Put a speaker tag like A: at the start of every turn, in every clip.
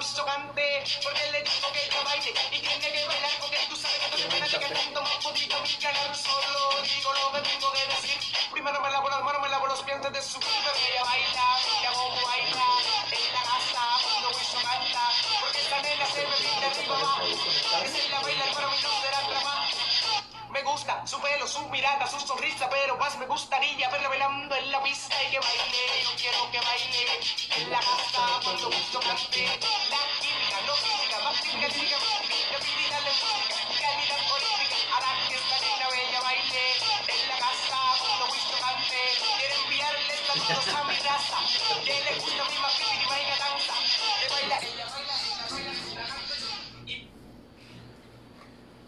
A: hizo campe porque le dijo que ella baile y tiene que bailar porque tú sabes que tú te pena que el mundo más podido mi canal solo digo lo que tengo que decir primero me lavo las manos me lavo los pies antes de subir ella baila ella como baila en la casa cuando hizo canta porque esta nena se me pinta arriba abajo esa es la baila y para mí no será trama me gusta su pelo, su mirada, su sonrisa, pero más me gustaría verla bailando en la pista y que baile. Yo quiero que baile en la casa cuando gusto cante. La química, no química, más química, química, más química, habilidad lésbica, calidad política, hará que esta nena bella baile en la casa cuando gusto cante. Quiero enviarle saludos a mi raza, que le gusta mi más y baila danza, que baila, ella baila, ella baila, ella baila. Y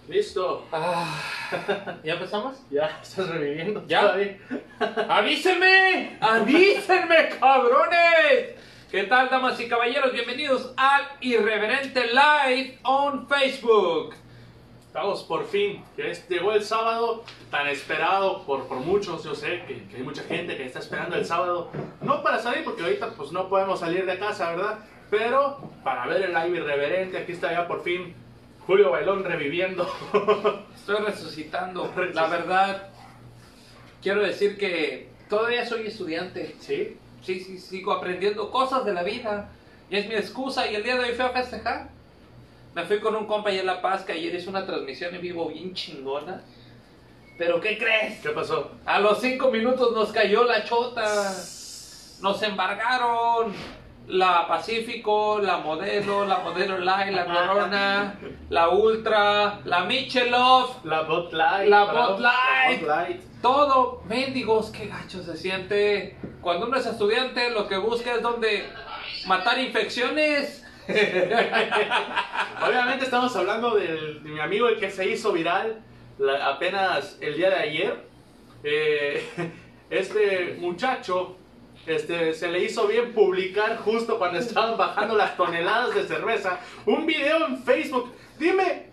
B: Listo.
C: Ah, ¿Ya empezamos?
B: Ya, estás reviviendo.
C: ¿Ya?
B: todavía.
C: ¡Avísenme! ¡Avísenme, cabrones! ¿Qué tal, damas y caballeros? Bienvenidos al Irreverente Live on Facebook.
B: Estamos por fin. que es- Llegó el sábado tan esperado por, por muchos. Yo sé que, que hay mucha gente que está esperando el sábado. No para salir, porque ahorita pues no podemos salir de casa, ¿verdad? Pero para ver el live irreverente. Aquí está ya por fin Julio Bailón reviviendo.
C: Estoy resucitando. La verdad, quiero decir que todavía soy estudiante.
B: ¿Sí?
C: Sí, sí, sigo aprendiendo cosas de la vida. Y es mi excusa. Y el día de hoy fui a festejar. Me fui con un compa allá en La Paz, que ayer hizo una transmisión en vivo bien chingona. ¿Pero qué crees?
B: ¿Qué pasó?
C: A los cinco minutos nos cayó la chota. Nos embargaron. La Pacífico, la Modelo, la Modelo Light, la Corona, la Ultra, la Michelob.
B: La Bot Light.
C: La
B: bravo,
C: Bud
B: La
C: Light.
B: Bud Light.
C: Todo, mendigos, qué gacho se siente. Cuando uno es estudiante, lo que busca es donde matar infecciones.
B: Obviamente estamos hablando del, de mi amigo el que se hizo viral la- apenas el día de ayer. Eh, este muchacho este, se le hizo bien publicar justo cuando estaban bajando las toneladas de cerveza un video en Facebook. Dime,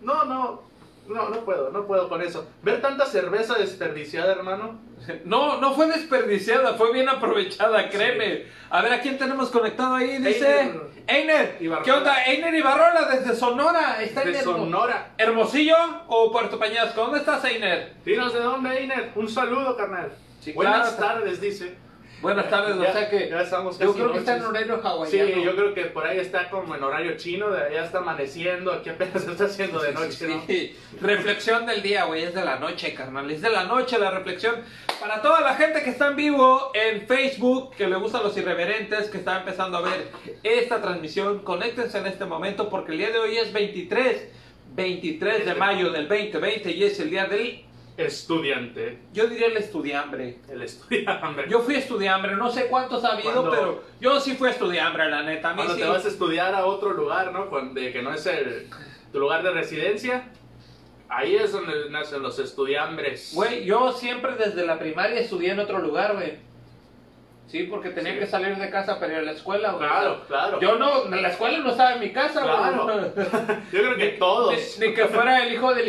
B: no, no, no, no puedo, no puedo con eso. Ver tanta cerveza desperdiciada, hermano.
C: No, no fue desperdiciada, fue bien aprovechada, créeme. A ver, ¿a quién tenemos conectado ahí? Dice
B: Einer.
C: Einer.
B: Ibarrola.
C: ¿Qué onda? Einer Ibarrola desde Sonora. Está en
B: De
C: el-
B: Sonora.
C: ¿Hermosillo o Puerto Peñasco? ¿Dónde estás, Einer?
B: Dinos de dónde, Iner. Un saludo, carnal.
C: Sí,
B: Buenas
C: claro.
B: tardes, dice.
C: Buenas tardes,
B: Ya-
C: o sea que
B: ya estamos
C: yo
B: casi
C: creo que está en
B: noches.
C: horario
B: Sí,
C: hawaiano.
B: yo creo que por ahí está como en horario chino, de allá está amaneciendo, aquí apenas está haciendo de noche, ¿no?
C: Sí. Reflexión del día, güey, es de la noche, carnal. Es de la noche la reflexión. Para toda la gente que está en vivo en Facebook, que le gustan los irreverentes, que está empezando a ver esta transmisión, conéctense en este momento porque el día de hoy es 23, 23 de mayo del 2020 y es el día del,
B: Estudiante,
C: yo diría el estudiambre.
B: el estudiante.
C: Yo fui estudiambre, no sé cuántos ha habido,
B: Cuando-
C: pero yo sí fui estudiambre, la neta. A mí
B: Cuando
C: sí.
B: te vas a estudiar a otro lugar, ¿no? Cuando, de que no es el, tu lugar de residencia, ahí es donde nacen los estudiambres.
C: Güey, yo siempre desde la primaria estudié en otro lugar, güey. Sí, porque tenía
B: Sí.
C: que salir de casa para ir a la escuela, güey.
B: Claro, claro.
C: Yo no, la escuela no estaba en mi casa,
B: Claro.
C: güey.
B: Yo creo que todos.
C: Ni, ni que fuera el hijo del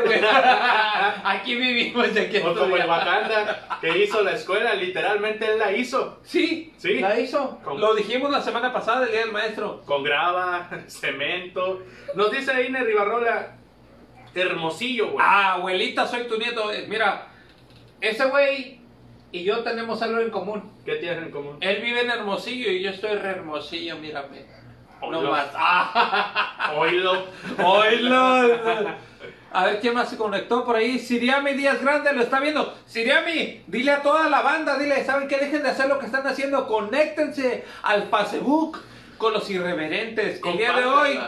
C: güey. Aquí vivimos de aquí
B: O como el
C: estudiamos.
B: Wakanda, que hizo la escuela, literalmente él la hizo.
C: Sí,
B: Sí.
C: la hizo.
B: ¿Cómo?
C: Lo dijimos la semana pasada, el día del maestro.
B: con grava, cemento. Nos dice Ine Ribarrola, Hermosillo, güey.
C: Ah, abuelita, soy tu nieto. Eh, Mira, ese güey y yo tenemos algo en común.
B: ¿Qué tienen en común?
C: Él vive en Hermosillo y yo estoy re Hermosillo, mírame. No
B: Oilo.
C: más. Ah.
B: Oilo.
C: Oh, ¡Oilo! A ver quién más se conectó por ahí. Siriami Díaz Grande lo está viendo. Siriami, dile a toda la banda, dile, ¿saben qué? Dejen de hacer lo que están haciendo. Conéctense al Facebook con los irreverentes. El día de hoy.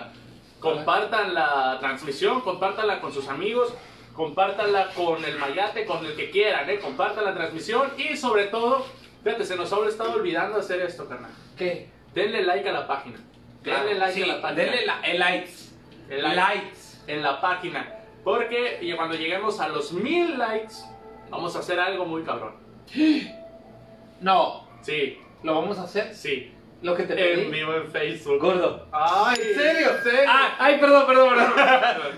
B: Compártanla. Compartan la transmisión, compártanla con sus amigos, compártanla con el mayate, con el que quieran, ¿eh? Compartan la transmisión y sobre todo, fíjate, se nos ha estado olvidando hacer esto, carnal.
C: ¿Qué?
B: Denle like a la página. Denle like
C: Sí,
B: a la página.
C: denle la- el likes.
B: El like.
C: Likes.
B: en la página. Porque y cuando lleguemos a los mil likes, vamos a hacer algo muy cabrón.
C: No,
B: Sí,
C: lo vamos a hacer.
B: sí.
C: Lo que te
B: En
C: pedí.
B: vivo en Facebook.
C: Gordo.
B: Ay,
C: ¿En serio? Ah, Ay, perdón, perdón, perdón.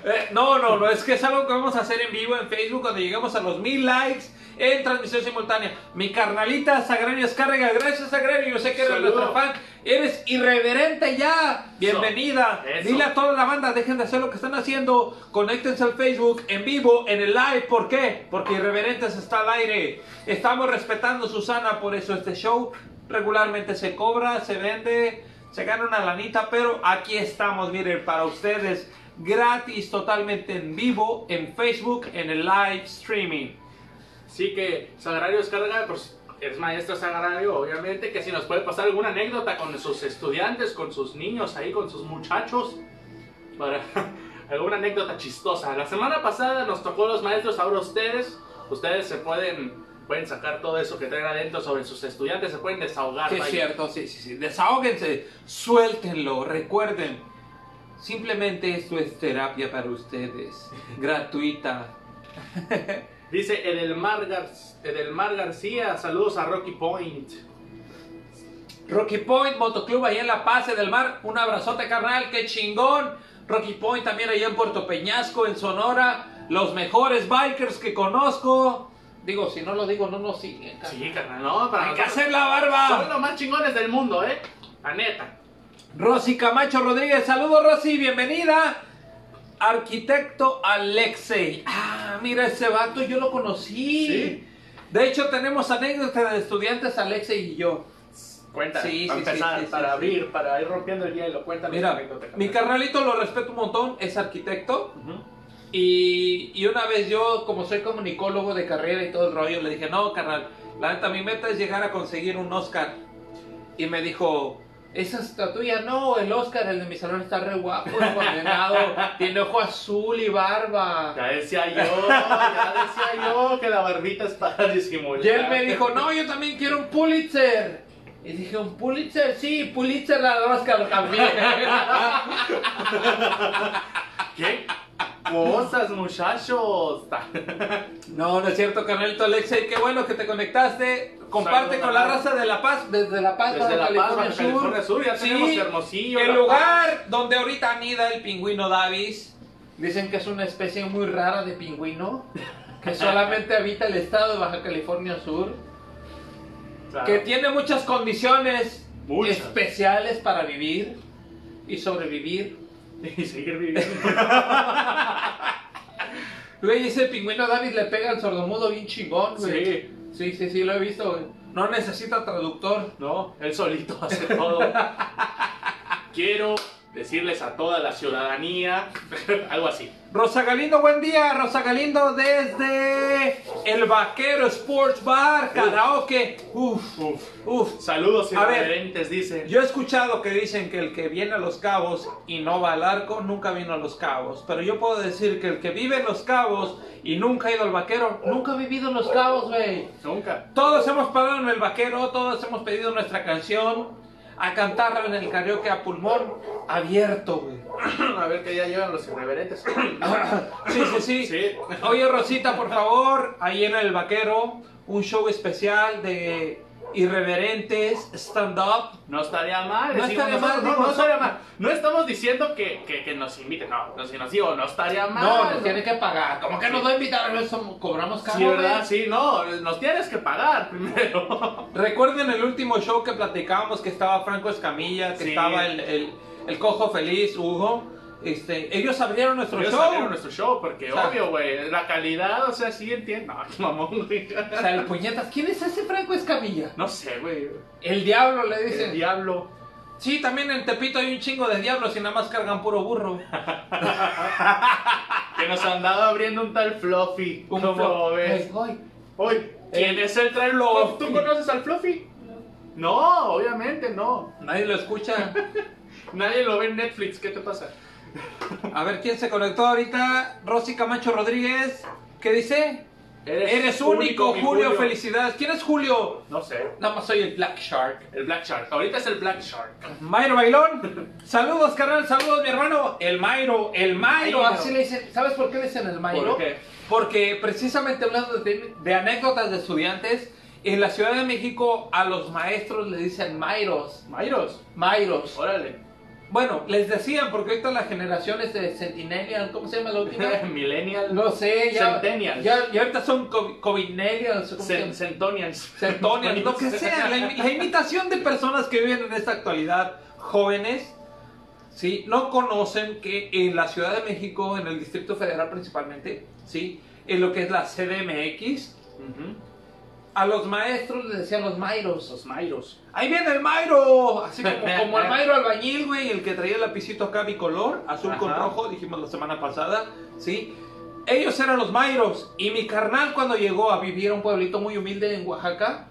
C: Eh, no, no, no, es que es algo que vamos a hacer en vivo en Facebook cuando lleguemos a los mil likes en transmisión simultánea. Mi carnalita Sagranio Escárrega, gracias Sagranio, yo sé que eres
B: Saludo.
C: nuestra fan. Eres irreverente ya. Bienvenida.
B: Eso.
C: Dile a toda la banda, dejen de hacer lo que están haciendo. Conéctense al Facebook en vivo, en el live. ¿Por qué? Porque Irreverentes está al aire. Estamos respetando a Susana, por eso este show regularmente se cobra, se vende, se gana una lanita, pero aquí estamos, miren, para ustedes, gratis, totalmente en vivo, en Facebook, en el live streaming.
B: Sí que Sagrario Escarga, pues es maestra Sagrario, obviamente, que si nos puede pasar alguna anécdota con sus estudiantes, con sus niños ahí, con sus muchachos, para alguna anécdota chistosa. La semana pasada nos tocó los maestros, ahora ustedes, ustedes se pueden, pueden sacar todo eso que traen adentro sobre sus estudiantes, se pueden desahogar.
C: Sí, es
B: vaya.
C: cierto, sí, sí, sí. Desahóguense, suéltenlo, recuerden. Simplemente esto es terapia para ustedes, gratuita.
B: Dice Edelmar, Gar- Edelmar García, saludos a Rocky Point.
C: Rocky Point Motoclub ahí en La Paz del Mar, un abrazote carnal, qué chingón. Rocky Point también ahí en Puerto Peñasco, en Sonora, los mejores bikers que conozco. Digo, si no lo digo, no nos siguen. carnal.
B: Sí, carnal, no, para
C: Hay que
B: nosotros
C: hacer la barba.
B: Son los más chingones del mundo, ¿eh? La neta.
C: Rosy Camacho Rodríguez, saludos Rosy, bienvenida. Arquitecto Alexei. Ah, mira ese vato, yo lo conocí.
B: Sí.
C: De hecho, tenemos anécdotas de estudiantes Alexei y yo.
B: Cuenta,
C: Sí,
B: para
C: sí,
B: empezar,
C: sí, sí,
B: para
C: sí,
B: abrir, para ir rompiendo el hielo. Cuéntame
C: Mira,
B: tu anécdota,
C: mi
B: carnal.
C: carnalito lo respeto un montón, es arquitecto.
B: Ujú.
C: Y, y una vez yo, como soy comunicólogo de carrera y todo el rollo, le dije, no, carnal, la neta, mi meta es llegar a conseguir un Oscar. Y me dijo, esa estatuilla, no, el Oscar, el de mi salón está re guapo, el condenado, tiene ojo azul y barba.
B: Ya decía yo, ya decía yo que la barbita es para disimular.
C: Y él me dijo, no, yo también quiero un Pulitzer. Y dije, ¿un Pulitzer? Sí, Pulitzer la Oscar también.
B: ¿Qué? Cosas, muchachos.
C: No, no es cierto, carnalito Alexei. Qué bueno que te conectaste. Comparte
B: Saludos,
C: con la
B: carnal.
C: raza de La Paz, desde La Paz,
B: Desde La Paz, Baja
C: Sur.
B: California Sur, ya
C: Sí,
B: tenemos Hermosillo.
C: El
B: La Paz.
C: lugar donde ahorita anida el pingüino Davis. Dicen que es una especie muy rara de pingüino que solamente habita el estado de Baja California Sur,
B: Claro.
C: que tiene muchas condiciones
B: Muchas.
C: especiales para vivir y sobrevivir.
B: Y seguir viviendo.
C: Güey, ese pingüino Davis le pega al sordomudo bien chingón, güey.
B: Sí.
C: sí, sí, sí, lo he visto. güey. No necesita traductor.
B: No, él solito hace todo. Quiero decirles a toda la ciudadanía algo así.
C: Rosa Galindo, buen día. Rosa Galindo desde el Vaquero Sports Bar, karaoke. Uf,
B: Uf.
C: uf.
B: Saludos
C: A ver.
B: irreverentes, dice.
C: Yo he escuchado que dicen que el que viene a Los Cabos y no va al arco nunca vino a Los Cabos. Pero yo puedo decir que el que vive en Los Cabos y nunca ha ido al Vaquero, nunca ha vivido en Los Cabos, güey.
B: Nunca.
C: Todos hemos parado en el Vaquero, todos hemos pedido nuestra canción a cantarla en el karaoke a pulmón abierto, güey.
B: A ver qué ya llevan los irreverentes.
C: Sí, sí, sí,
B: Sí.
C: Oye, Rosita, por favor, ahí en El Vaquero, un show especial de irreverentes, stand-up.
B: No estaría mal.
C: No
B: decimos
C: estaría
B: nosotros,
C: mal,
B: No,
C: digo,
B: no estaría mal. No estamos diciendo que, que, que nos inviten. No, no, si nos digo, no estaría mal.
C: No, nos tiene que pagar. ¿Cómo que nos va a invitar? No, eso cobramos caro,
B: Sí, ¿verdad?
C: güey.
B: Sí, no, nos tienes que pagar primero.
C: Recuerden el último show que platicábamos que estaba Franco Escamilla, que
B: Sí.
C: estaba el, el- el Cojo Feliz, Hugo. Este, ellos abrieron nuestro
B: Ellos
C: show.
B: salieron nuestro show, porque
C: O sea,
B: obvio, güey, la calidad, o sea, sí entiendo. No, qué mamón, güey.
C: O sea, el puñetas. ¿Quién es ese Franco Escamilla?
B: No sé, güey.
C: El diablo, le
B: El
C: dicen.
B: diablo.
C: Sí, también en Tepito hay un chingo de diablos y nada más cargan puro burro.
B: Que nos andaba abriendo un tal Fluffy.
C: Un
B: ¿Cómo
C: flo-
B: ves?
C: Ay, ay.
B: Oye, ¿quién
C: Eh,
B: es el tal Fluffy? ¿Tú
C: Fluffy.
B: conoces al Fluffy? No, obviamente no.
C: Nadie lo escucha.
B: Nadie lo ve en Netflix, ¿qué te pasa?
C: A ver quién se conectó ahorita. Rosy Camacho Rodríguez. ¿Qué dice? Eres, único,
B: mi
C: Julio. Felicidades. ¿Quién es Julio?
B: No sé.
C: Nada más soy el Black Shark.
B: El Black Shark. Ahorita es el Black Shark.
C: Mayro Bailón. saludos, carnal. Saludos, mi hermano. El Mayro. El Mayro.
B: Mayro.
C: Así le dicen. ¿Sabes por qué le dicen el Mayro?
B: ¿Por qué?
C: Porque precisamente hablando de, de anécdotas de estudiantes, en la Ciudad de México a los maestros le dicen Mayros.
B: Mayros.
C: Mayros.
B: Órale.
C: Bueno, les decían, porque ahorita las generaciones de Centennial, ¿cómo se llama la última?
B: Millennial.
C: No sé, ya.
B: Centennials.
C: Ya, ya ahorita son co- Covidnnials. ¿cómo se
B: Cen-
C: llama?
B: Centonians.
C: Centonias, lo que sea, la, imi- la imitación de personas que viven en esta actualidad, jóvenes, ¿sí? No conocen que en la Ciudad de México, en el Distrito Federal principalmente, ¿sí? En lo que es la CDMX,
B: Ujú.
C: a los maestros les decían los Mairos.
B: Los Mairos.
C: ¡Ahí viene el Mairo! Así como, como el Mairo albañil, güey, el que traía el lapicito acá bicolor, azul con
B: Ajá.
C: rojo, dijimos la semana pasada, ¿sí? Ellos eran los Mairos. Y mi carnal, cuando llegó a vivir a un pueblito muy humilde en Oaxaca,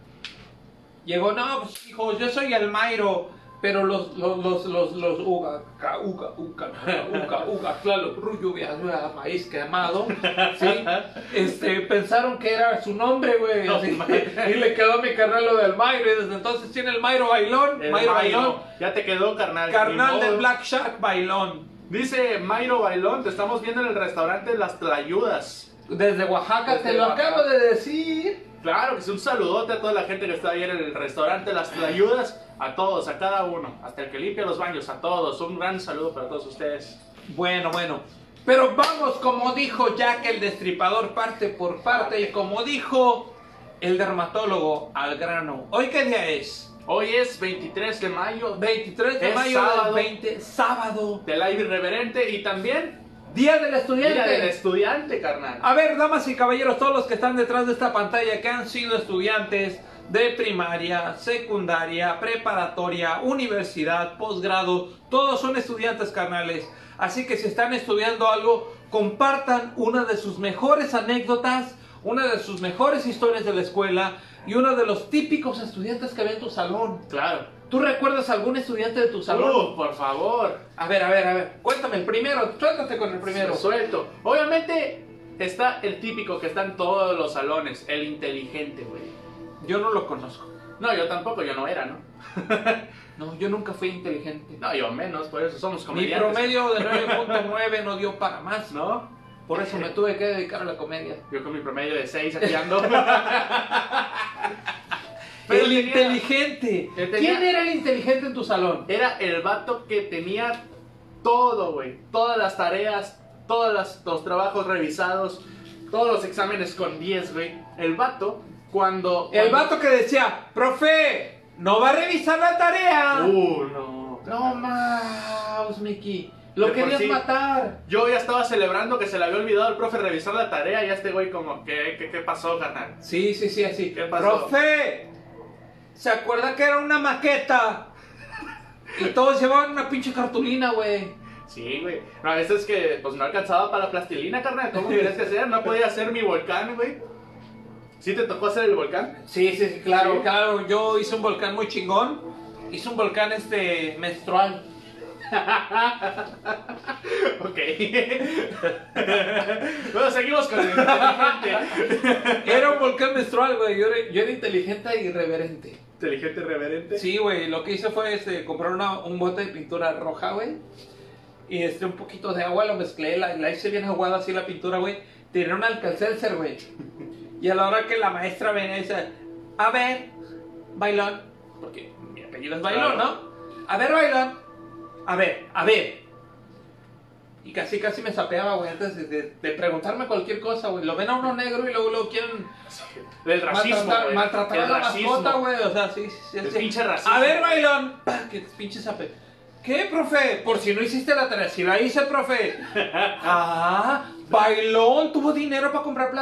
C: llegó, no, pues hijo, yo soy el Mairo. Pero los, los, los, los, los, uga, ca, uga, uga, uga, uga, uga, claro, ruyo, vea, vea, maíz quemado, ¿sí? Este, pensaron que era su nombre, güey,
B: No,
C: así.
B: mames.
C: y le quedó a mi carnal lo del Mairo, y desde entonces tiene el Mairo Bailón,
B: El
C: Mairo Bailón,
B: Mairo. Ya te quedó, carnal. Ni
C: carnal
B: modo.
C: del Black Shark Bailón.
B: Dice Mairo Bailón, te estamos viendo en el restaurante Las Tlayudas.
C: Desde Oaxaca,
B: Desde
C: te lo
B: Oaxaca.
C: acabo de decir.
B: Claro que es un saludote a toda la gente que está ahí en el restaurante Las Tlayudas. A todos, a cada uno. Hasta el que limpia los baños, a todos. Un gran saludo para todos ustedes.
C: Bueno, bueno. Pero vamos, como dijo Jack el destripador, parte por parte, y como dijo el dermatólogo al grano. ¿Hoy qué día es?
B: Hoy es 23 de mayo
C: 23 de
B: Es
C: mayo
B: sábado.
C: del 20, sábado,
B: del aire irreverente y también
C: Día del Estudiante.
B: Día del Estudiante, carnal.
C: A ver, damas y caballeros, todos los que están detrás de esta pantalla, que han sido estudiantes de primaria, secundaria, preparatoria, universidad, posgrado, todos son estudiantes carnales. Así que si están estudiando algo, compartan una de sus mejores anécdotas, una de sus mejores historias de la escuela y uno de los típicos estudiantes que había en tu salón.
B: Claro.
C: ¿Tú recuerdas algún estudiante de tu salón?
B: Uh, por favor.
C: A ver, a ver, a ver, cuéntame el primero, suéltate con el primero.
B: Primero suelto. Obviamente está el típico que está en todos los salones, el inteligente, güey.
C: Yo no lo conozco.
B: No, yo tampoco, yo no era, ¿no?
C: No, yo nunca fui inteligente.
B: No, yo menos, por eso somos
C: Mi
B: comediantes.
C: promedio de 9.9 no dio para más, ¿no? Por eso me tuve que dedicar a la comedia.
B: Yo con mi promedio de 6 aquí ando. Pero
C: el
B: tenía-
C: inteligente.
B: Yo tenía-
C: ¿Quién era el inteligente en tu salón?
B: Era el vato que tenía todo, güey. Todas las tareas, todos las- los trabajos revisados, todos los exámenes con 10, güey. El vato, cuando...
C: El
B: cuando-
C: vato que decía, profe, no va a revisar la tarea.
B: Uh, no.
C: No más, Mickey. Lo
B: De por
C: querías
B: sí.
C: matar.
B: Yo ya estaba celebrando que se le había olvidado al profe revisar la tarea y a este güey como, ¿qué, qué, qué pasó, carnal?
C: Sí, sí, sí, así.
B: ¿Qué pasó?
C: Profe, ¿se acuerda que era una maqueta? Y todos llevaban una pinche cartulina, güey.
B: Sí, güey. No, a veces que pues no alcanzaba para la plastilina, carnal. ¿Cómo querías que sea? No podía hacer mi volcán, güey. ¿Sí te tocó hacer el volcán?
C: Sí, sí, sí, claro,
B: Sí.
C: claro. Yo hice un volcán muy chingón. Hice un volcán este menstrual.
B: Ok. bueno, seguimos con el inteligente.
C: Era un volcán menstrual, güey. Yo era, yo era inteligente e irreverente.
B: Inteligente, reverente.
C: Sí, güey. Lo que hice fue este, comprar una- un bote de pintura roja, güey. Y este, un poquito de agua lo mezclé. La, la hice bien aguada así la pintura, güey. Tenía un alcalcelser, güey. Y a la hora que la maestra venía y dice, a ver, bailón. Porque mi apellido es bailón,
B: Claro.
C: ¿no? A ver, bailón. A ver, a ver. Y casi, casi me sapeaba, güey, antes de, de- de preguntarme cualquier cosa, güey. Lo ven a uno negro y luego, luego quieren
B: El racismo,
C: maltratar,
B: güey.
C: maltratar a
B: el
C: la
B: racismo.
C: mascota, güey. O sea, sí, sí, sí.
B: El
C: sí.
B: pinche racismo.
C: A ver, bailón. Pa, Que pinche sape. ¿Qué, profe? Por si no hiciste la tarea, si la hice, profe. Ah, bailón tuvo dinero para comprar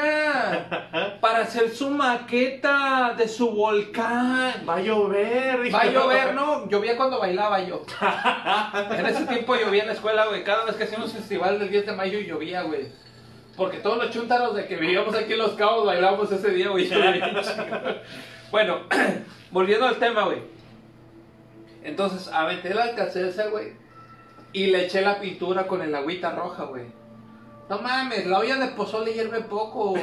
C: plastilina. Para hacer su maqueta de su volcán.
B: Va a llover. dijo.
C: Va a llover, no, llovía cuando bailaba yo. En ese tiempo llovía en la escuela, güey. Cada vez que hacíamos festival del 10 de mayo llovía, güey. Porque todos los chúntaros de que vivíamos aquí en Los Cabos bailábamos ese día, güey. bueno, volviendo al tema, güey. Entonces, aventé el alcacelser, güey. Y le eché la pintura con el agüita roja, güey. No mames, la olla de pozole hierve poco.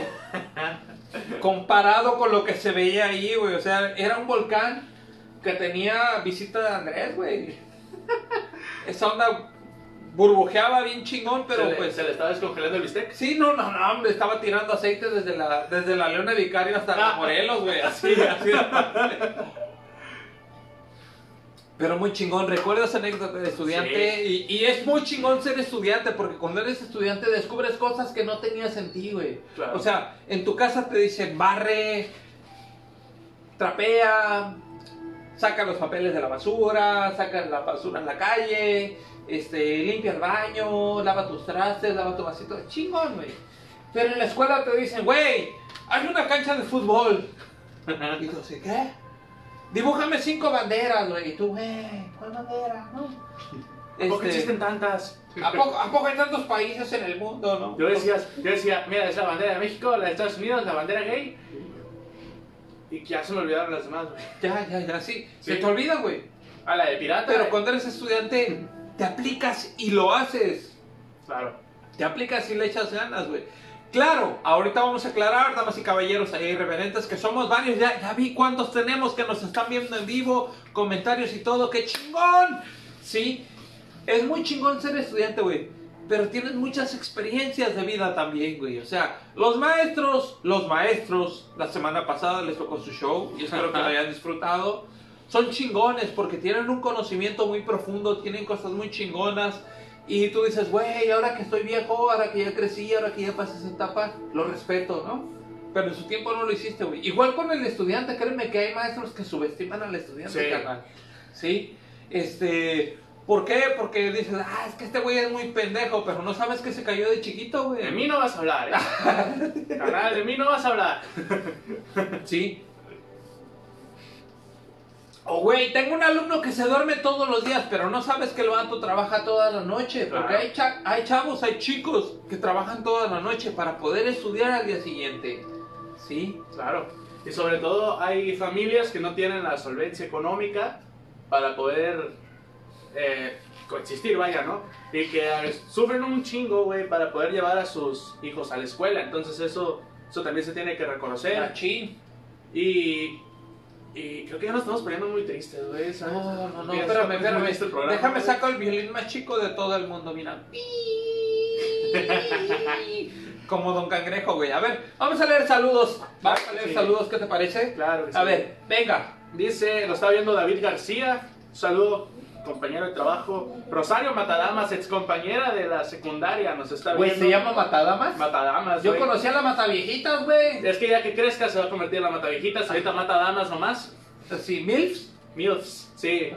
C: Comparado con lo que se veía ahí, güey. O sea, era un volcán que tenía visita de Andrés, güey. Esa onda burbujeaba bien chingón, pero
B: se le,
C: pues...
B: se le estaba descongelando el bistec.
C: Sí, no, no, no, hombre, estaba tirando aceite desde la, desde la Leona Vicario hasta la Morelos, güey, así, así. de- Pero muy chingón, recuerdo esa anécdota de estudiante y, y es muy chingón ser estudiante porque cuando eres estudiante descubres cosas que no tenías en ti, güey.
B: Claro.
C: O sea, en tu casa te dicen barre, trapea, saca los papeles de la basura, saca la basura en la calle, este, limpia el baño, lava tus trastes, lava tu vasito, chingón, güey. Pero en la escuela te dicen, güey, hay una cancha de fútbol. Y tú así, ¿qué? Dibújame cinco banderas, güey. Y tú, güey, ¿cuál bandera? No.
B: ¿Por qué
C: Este,
B: existen tantas?
C: ¿a, poco, ¿A poco hay tantos países en el mundo, no?
B: Yo decía, yo decía, mira, es la bandera de México, la de Estados Unidos, la bandera gay. Y ya se me olvidaron las demás, güey.
C: Ya, ya, ya, sí. Se
B: Sí.
C: te olvida, güey.
B: Ah, la de pirata.
C: Pero
B: eh.
C: cuando eres estudiante, te aplicas y lo haces.
B: Claro.
C: Te aplicas y le echas ganas, güey. Claro, ahorita vamos a aclarar, damas y caballeros ahí reverentes, que somos varios. Ya, ya vi cuántos tenemos que nos están viendo en vivo, comentarios y todo. ¡Qué chingón! Sí, es muy chingón ser estudiante, güey. Pero tienes muchas experiencias de vida también, güey. O sea, los maestros, los maestros, la semana pasada les tocó su show y espero que lo hayan disfrutado. Son chingones porque tienen un conocimiento muy profundo, tienen cosas muy chingonas. Y tú dices, güey, ahora que estoy viejo, ahora que ya crecí, ahora que ya pasé esa etapa, lo respeto, ¿no? Pero en su tiempo no lo hiciste, güey. Igual con el estudiante, créeme que hay maestros que subestiman al estudiante,
B: Sí.
C: carnal. ¿Sí? Este. ¿Por qué? Porque dices, ah, es que este güey es muy pendejo, pero no sabes que se cayó de chiquito, güey.
B: De mí no vas a hablar, eh. Carnal, de mí no vas a hablar.
C: Sí. O güey, tengo un alumno que se duerme todos los días, pero no sabes que el vato trabaja toda la noche. Porque
B: Claro.
C: hay, cha- hay chavos, hay chicos que trabajan toda la noche para poder estudiar al día siguiente. Sí.
B: Claro. Y sobre todo hay familias que no tienen la solvencia económica para poder eh, coexistir, vaya, ¿no? Y que eh, sufren un chingo, güey, para poder llevar a sus hijos a la escuela. Entonces eso, eso también se tiene que reconocer.
C: Machín.
B: Y, y creo que ya nos estamos poniendo muy tristes, güey. ¿sabes?
C: No, no, no,
B: Ya se
C: espérame,
B: está poniendo
C: espérame.
B: muy triste el este programa, ¿eh?
C: Déjame
B: güey.
C: sacar el violín más chico de todo el mundo, mira. Como Don Cangrejo, güey. A ver, vamos a leer saludos. Vamos a leer
B: Sí.
C: saludos, ¿qué te parece?
B: Claro. que
C: A
B: sí.
C: ver, venga.
B: Dice, lo está viendo David García. Un saludo, compañero de trabajo. Rosario Matadamas, excompañera de la secundaria, nos está
C: Güey,
B: viendo.
C: ¿se llama Matadamas?
B: Matadamas.
C: Yo
B: güey.
C: conocí a la Mataviejitas, güey.
B: Es que ya que crezca se va a convertir en la mataviejitas. Ahorita mata damas nomás.
C: Sí, MILFs.
B: Milfs, sí.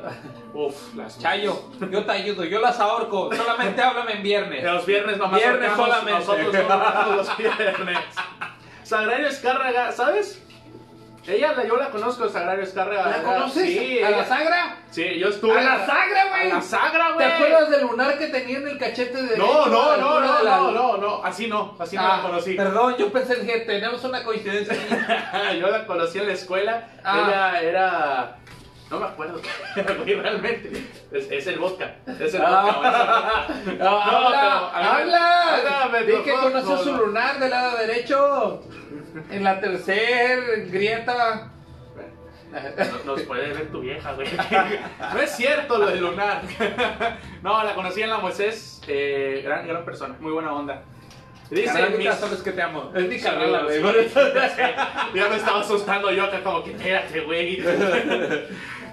B: Uf, las
C: Chayo, yo te ayudo, yo las ahorco. Solamente háblame en
B: De
C: viernes.
B: los viernes nomás.
C: Viernes
B: ahorcamos,
C: solamente.
B: Nosotros no ahorcamos los viernes. Sagrario Escárraga, ¿sabes? Ella, la- yo la conozco, Sagrario Escárraga.
C: ¿La conoces?
B: Sí,
C: ¿A
B: ella-
C: la Sagra?
B: sí, yo estuve.
C: ¡A la Sagra,
B: A la
C: güey!
B: Sagra,
C: ¿Te
B: güey.
C: acuerdas del lunar que tenía en el cachete de Ah.
B: No, no, no, no, no, no, no. Así no, así no la conocí.
C: Perdón, yo pensé que tenemos una coincidencia aquí.
B: yo la conocí en la escuela.
C: Ah.
B: Ella era. No me acuerdo qué era, güey, realmente. Es, es el vodka. Es el vodka. güey, es el
C: Ah,
B: vodka. pero
C: no, habla,
B: a mí me-
C: habla.
B: Háblame,
C: Di
B: por
C: que
B: favor,
C: conoces su
B: no.
C: lunar del lado derecho. En la tercera grieta.
B: No- Nos puede ver tu vieja, güey. No es cierto lo del lunar. No, la conocí en la Moisés. eh, gran, gran persona, muy buena onda. Dice
C: Carnalita,
B: mis-
C: sabes que te amo. Es mi
B: Sí,
C: carnala,
B: sí,
C: güey. por eso-
B: sí. Ya me estaba asustando yo acá como que espérate, güey.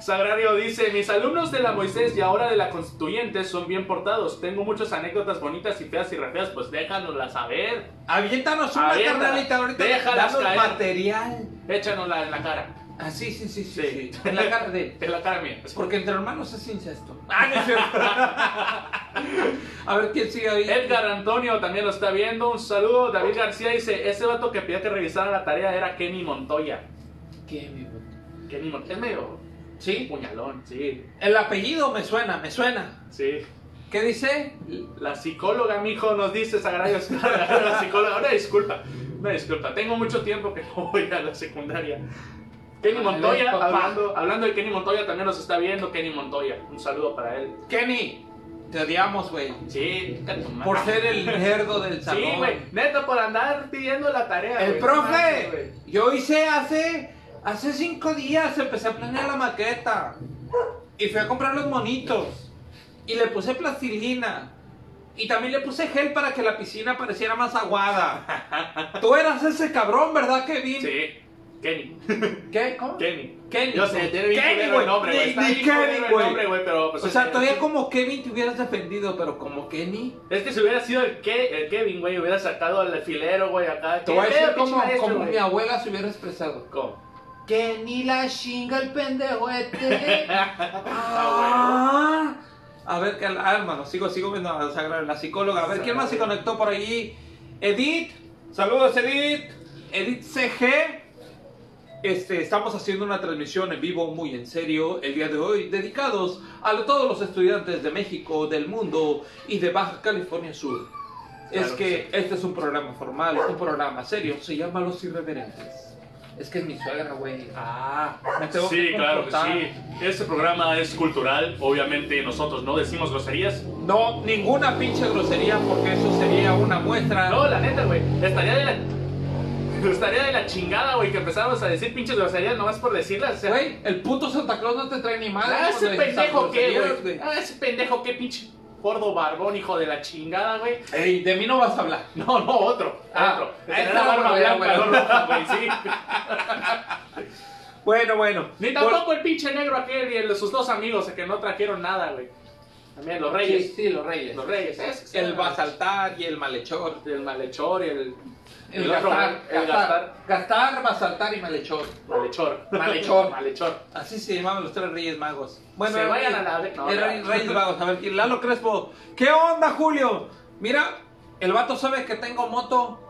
B: Sagrario dice, mis alumnos de la Moisés y ahora de la Constituyente son bien portados. Tengo muchas anécdotas bonitas y feas y re feas, pues déjanoslas saber.
C: Aviéntanos una
B: Aviéntala.
C: carnalita ahorita.
B: Déjalas
C: Danos
B: caer.
C: material.
B: Échanosla en la cara.
C: Ah, sí, sí, sí, sí.
B: Sí.
C: sí. En la cara de.
B: En la cara mía.
C: Porque entre hermanos es incesto. Ah, no es cierto. A ver quién sigue ahí.
B: Edgar Antonio también lo está viendo. Un saludo. David García dice, ese vato que pedía que revisaran la tarea era Kenny Montoya.
C: ¿Qué, mi bot?
B: Kenny Montoya. Es medio
C: Sí.
B: puñalón, sí.
C: El apellido me suena, me suena.
B: Sí.
C: ¿Qué dice?
B: La psicóloga, mijo, nos dice Sagrario Escárraga, la psicóloga. Una disculpa, una disculpa. Tengo mucho tiempo que no voy a la secundaria. Kenny
C: Ay,
B: Montoya,
C: papá.
B: hablando, hablando de Kenny Montoya, también nos está viendo Kenny Montoya. Un saludo para él.
C: Kenny. Te odiamos, güey.
B: Sí, te tu madre.
C: Por ser el nerdo del salón.
B: Sí, güey, neta, por andar pidiendo la tarea.
C: El
B: güey. No,
C: profe,
B: güey.
C: yo hice hace, hace cinco días, empecé a planear la maqueta. Y fui a comprar los monitos. Y le puse plastilina. Y también le puse gel para que la piscina pareciera más aguada. Tú eras ese cabrón, ¿verdad, Kevin?
B: Sí, Kenny.
C: ¿Qué? ¿Cómo?
B: Kenny.
C: Kenny.
B: Yo sé, tiene bien
C: Kenny,
B: culero
C: güey.
B: el nombre, güey.
C: Ni-
B: Está
C: ni
B: bien
C: Kenny,
B: culero el
C: güey.
B: nombre, güey, pero... pues,
C: O sea,
B: es-
C: todavía como Kevin te hubieras defendido, pero como Kenny.
B: Es que si hubiera sido el, Ke- el Kevin, güey, hubiera sacado al filero, güey, acá.
C: Te voy a
B: ¿Qué
C: decir
B: pedo,
C: como,
B: pinche maestro,
C: como
B: güey?
C: mi abuela se hubiera expresado.
B: ¿Cómo?
C: Que ni la chinga el pendejo este.
B: Ah,
C: a ver, que, ah, hermano, sigo, sigo viendo a Sagra- la psicóloga. A ver, ¿quién más se conectó por ahí? Edith, saludos Edith. Edith CG. Este, estamos haciendo una transmisión en vivo muy en serio el día de hoy, dedicados a todos los estudiantes de México, del mundo y de Baja California Sur. es
B: Claro
C: que este es un programa formal, un programa serio, se llama Los Irreverentes. Es que es mi suegra, güey. Ah, me tengo
B: Sí,
C: que
B: claro que
C: comportar.
B: sí. Este programa es cultural, obviamente nosotros no decimos groserías.
C: No, ninguna pinche grosería porque eso sería una muestra.
B: No, la neta, güey, estaría de la... Estaría de la chingada, güey, que empezáramos a decir pinches groserías nomás por decirlas. o sea,
C: Güey, el puto Santa Claus no te trae ni madre.
B: Ah, ese
C: cuando dices
B: pendejo
C: groserías,
B: qué, güey. Ah, ese pendejo qué pinche gordo barbón, hijo de la chingada, güey.
C: Ey, de mí no vas a hablar.
B: No, no, otro.
C: Ah,
B: otro.
C: ah,
B: Tener
C: está
B: la barba
C: bueno, ya,
B: blanca, no
C: bueno.
B: roja, güey, sí.
C: Bueno, bueno.
B: Ni tampoco el pinche negro aquel y el de sus dos amigos, que no trajeron nada, güey. También los
C: Sí,
B: reyes.
C: sí, los reyes.
B: Los reyes. Es-
C: El basaltar y el malhechor.
B: El malhechor y el...
C: El,
B: el otro,
C: gastar,
B: güey, el
C: gastar. Gastar, basaltar y malhechor.
B: Malhechor.
C: Malhechor.
B: Malhechor.
C: Así se llamaban los tres reyes magos. Bueno,
B: Se
C: el
B: vayan
C: rey-
B: a la- no,
C: el
B: ya.
C: rey- reyes magos. A ver, y Lalo Crespo. ¿Qué onda, Julio? Mira, el vato sabe que tengo moto.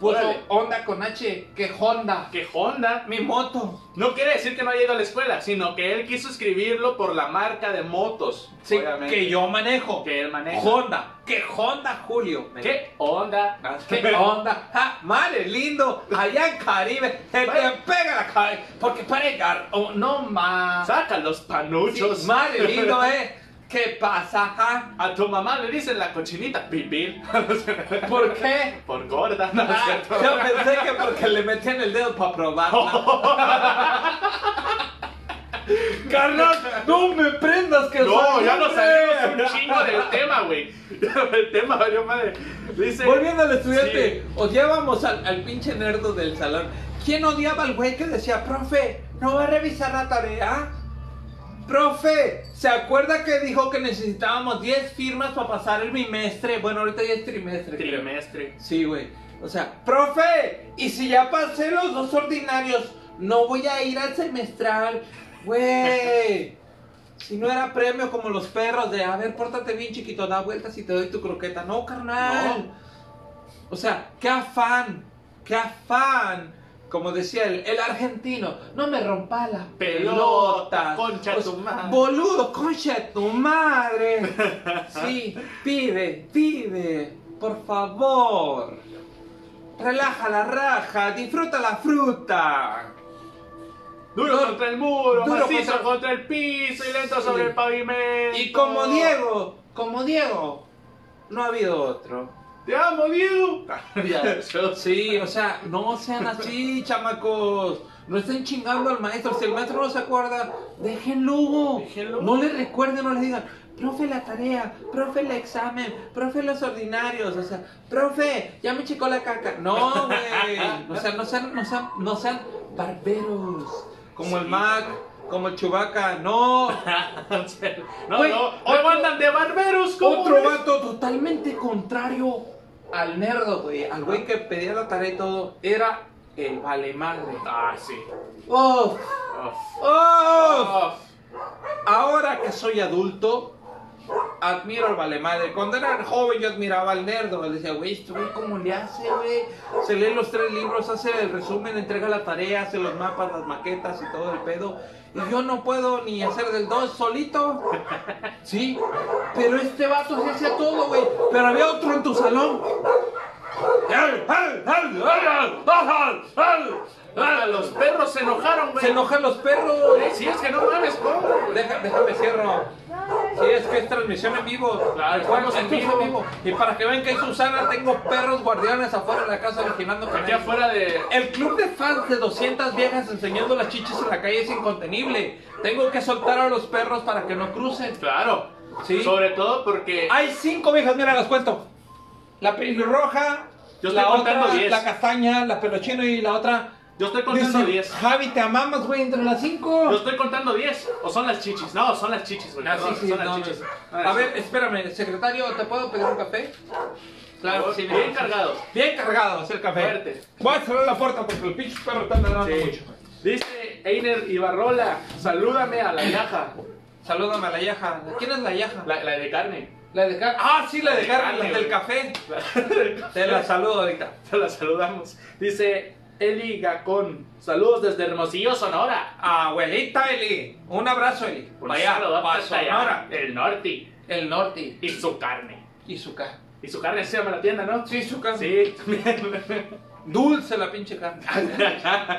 C: Puso
B: Órale.
C: onda con H. Que Honda.
B: Que Honda
C: Mi moto.
B: no quiere decir que no haya ido a la escuela, sino que él quiso escribirlo por la marca de motos.
C: Sí,
B: obviamente,
C: que yo manejo.
B: Que él maneja.
C: Honda. Que Honda, Julio.
B: ¿Qué onda?
C: Ah, ¿Qué onda? Ja, madre lindo, allá en Caribe, se te
B: Bueno.
C: pega la cabeza, porque parece gar- oh, no más.
B: Saca los panuchos.
C: madre lindo, eh. ¿Qué pasa, Ah, ja?
B: A tu mamá le dicen la cochinita pibil.
C: ¿Por qué?
B: por gorda, ¿no es
C: Ah,
B: cierto?
C: yo pensé que porque le metían el dedo para probarla. Carnal, no me prendas que
B: No,
C: soy
B: ya nos
C: hombre.
B: salimos un chingo del tema, güey. El tema valió madre. Dice.
C: Volviendo al estudiante,
B: Sí.
C: odiábamos al, al pinche nerdo del salón. ¿Quién odiaba al güey que decía, profe, no va a revisar la tarea? Profe, ¿se acuerda que dijo que necesitábamos 10 firmas para pasar el bimestre? Bueno, ahorita ya es trimestre. creo.
B: Trimestre.
C: Sí, güey. O sea, profe, ¿y si ya pasé los dos ordinarios? No voy a ir al semestral, güey. Si no era premio como los perros de, a ver, pórtate bien chiquito, da vueltas y te doy tu croqueta. No, carnal. O sea, qué afán, qué afán. Como decía el, el argentino, no me rompa la
B: Pelota,
C: pelota.
B: concha
C: O
B: tu
C: sea,
B: madre.
C: Boludo, concha de tu madre. Sí, pibe, pibe, por favor. Relaja la raja, disfruta la fruta.
B: Duro
C: Duro-
B: contra el muro,
C: duro
B: macizo
C: contra-
B: contra... el piso y lento
C: Sí.
B: sobre el pavimento.
C: Y como Diego, como Diego, no ha habido otro.
B: Te amo, Diego.
C: Sí, o sea, no sean así, chamacos. No estén chingando al maestro. Si el maestro no se acuerda, déjenlo.
B: Déjenlo.
C: No le recuerden, no le digan, profe la tarea, profe el examen, profe los ordinarios. O sea, profe, ya me checó la caca. No, güey. O sea, no sean, no sean, no sean barberos. Como el
B: Sí.
C: Mac, como el Chubaca. No.
B: No,
C: Güey,
B: no.
C: otro-
B: Luego andan de barberos, ¿cómo
C: Otro
B: ves?
C: vato totalmente contrario al nerdo, güey. Al güey que pedía la tarea y todo. Era el vale madre.
B: Ah, sí.
C: ¡Oh!
B: Uf.
C: ¡Oh!
B: Uf.
C: Ahora que soy adulto, admiro al vale madre. Cuando era joven yo admiraba al nerdo. Le decía, güey, este güey, ¿cómo le hace, güey? Se lee los tres libros, hace el resumen, entrega la tarea, hace los mapas, las maquetas y todo el pedo. Y yo no puedo ni hacer del dos solito. Sí, pero este vato se hacía todo, güey. Pero había otro en tu salón. ¡Ey, ey, ey, ey, ey, ey, ey!
B: Ah, los perros se enojaron, güey.
C: Se enojan los perros.
B: Eh, Sí, es que no mames, ¿cómo? güey?
C: Deja- déjame cierro. Sí, es que es transmisión en vivo.
B: Claro,
C: Bueno,
B: estamos en
C: esto es
B: vivo.
C: Y para que vean que hay Susana, tengo perros guardianes afuera de la casa vigilando con
B: Aquí
C: ellos.
B: afuera de.
C: El club de fans de 200 viejas enseñando las chichis en la calle es incontenible. Tengo que soltar a los perros para que no crucen.
B: Claro.
C: Sí.
B: Sobre todo porque.
C: Hay cinco viejas, mira, las cuento. La pelirroja,
B: Yo estoy
C: la
B: contando
C: otra,
B: diez.
C: la castaña, la pelochino y la otra
B: Yo estoy contando
D: Dice,
B: 10.
D: Javi, te amamos, güey, entre las
B: Yo
D: 5.
B: estoy contando 10. ¿O son las chichis? No, son las chichis, güey.
C: Ah, sí,
B: perdón,
C: sí,
B: son las
C: no, no.
B: chichis.
C: A ver, espérame, secretario, ¿te puedo pedir un café? Claro, sí,
B: bien
C: mira.
B: cargado.
C: Bien cargado, es el café.
B: Fuerte.
D: Voy a cerrar la puerta porque los pinches perros están ladrando
B: Sí.
D: mucho.
B: Dice Einer Ibarrola, salúdame a la yaja.
C: Salúdame a la yaja. ¿Quién es la yaja?
B: La, la de carne.
C: La de Carmen. Ah, sí, la de Carmen,
B: Carmen,
C: la del
B: güey.
C: café. Te la saludo ahorita.
B: Te la saludamos. Dice Eli Gacón, saludos desde Hermosillo, Sonora.
C: Abuelita Eli. Un abrazo, Eli.
B: Un
C: Vaya,
B: saludo
C: pa'
B: hasta allá,
C: Sonora.
B: El norte
C: El norte.
B: y su carne.
C: Y su carne.
B: Y su carne se llama la tienda, ¿no?
C: Sí, su carne.
B: Sí, también.
C: Dulce la pinche carne.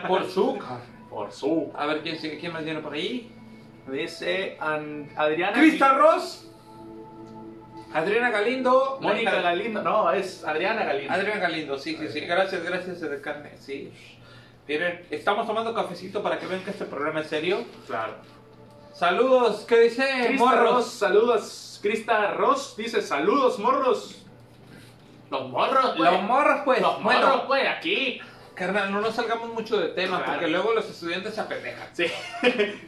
C: Por su carne.
B: Por su.
C: A ver quién sigue, quién más viene por ahí.
B: Dice An- Adriana.
C: Crista Ross. Adriana Galindo.
B: Mónica
C: Galindo.
B: Galindo. No, es Adriana Galindo.
C: Adriana Galindo, sí, sí, sí. Gracias, gracias, de carne. Sí. Miren, estamos tomando cafecito para que vean que este programa es serio.
B: Claro.
C: Saludos, ¿qué dice?
B: Crista Ross,
C: Eh, Morros.
B: saludos. Crista Ross dice saludos, morros. Los morros, güey.
C: Los morros, pues.
B: Los
C: bueno,
B: morros, güey, aquí.
C: carnal, no nos salgamos mucho de tema
B: Claro.
C: porque luego los estudiantes se apendejan.
B: Sí.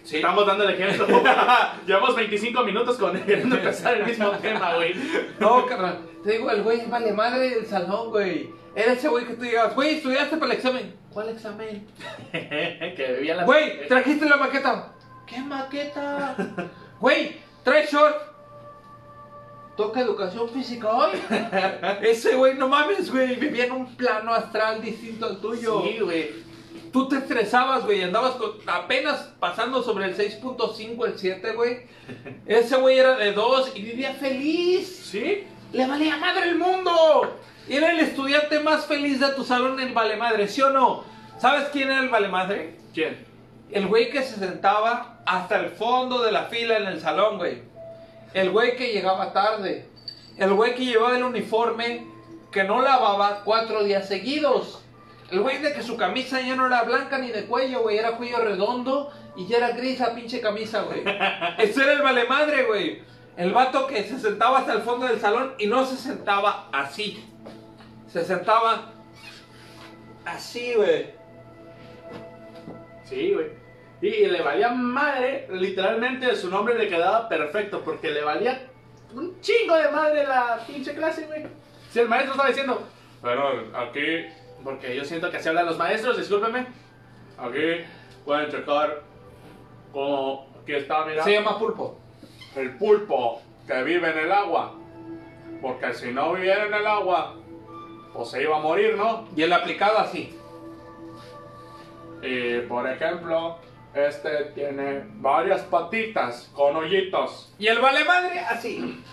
C: Sí.
B: Estamos dando el ejemplo. Llevamos 25 minutos con queriendo empezar el mismo tema, güey.
C: No, carnal. Te digo, el güey vale madre del salón, güey. Era ese güey que tú llegabas, güey, estudiaste para el examen. ¿Cuál examen?
B: que bebía la.
C: Güey, trajiste la maqueta. ¿Qué maqueta? Güey, trae short. Toca educación física hoy. Ese güey, no mames, güey. Vivía en un plano astral distinto al tuyo.
B: Sí, güey.
C: Tú te estresabas, güey. Andabas con- apenas pasando sobre el 6.5, el 7, güey. Ese güey era de 2 y vivía feliz.
B: Sí.
C: Le valía madre el mundo. Era el estudiante más feliz de tu salón en Vale Madre, ¿sí o no? ¿Sabes quién era el Vale Madre?
B: ¿Quién?
C: El güey que se sentaba hasta el fondo de la fila en el salón, güey. El güey que llegaba tarde. El güey que llevaba el uniforme que no lavaba cuatro días seguidos. El güey de que su camisa ya no era blanca ni de cuello, güey. Era cuello redondo y ya era gris la pinche camisa, güey. Ese era el vale madre, güey. El vato que se sentaba hasta el fondo del salón y no se sentaba así. Se sentaba así, güey.
B: Sí, güey. Y, y le valía madre, literalmente su nombre le quedaba perfecto, porque le valía un chingo de madre la pinche clase, güey. Si el maestro estaba diciendo, bueno, aquí, porque yo siento que así hablan los maestros, discúlpeme. Aquí pueden checar cómo aquí está, mira,
C: Se llama pulpo.
B: el pulpo que vive en el agua. Porque si no viviera en el agua, pues se iba a morir, ¿no?
C: Y el aplicado así.
B: Y por ejemplo, este tiene varias patitas con hoyitos.
C: Y el vale madre así.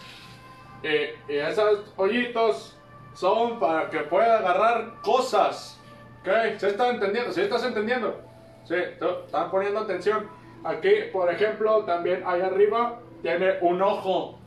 B: Y, y esos hoyitos son para que pueda agarrar cosas. ¿Ok? ¿Se está entendiendo? ¿Sí estás entendiendo? Sí, ¿tú- están poniendo atención. Aquí, por ejemplo, también ahí arriba tiene un ojo.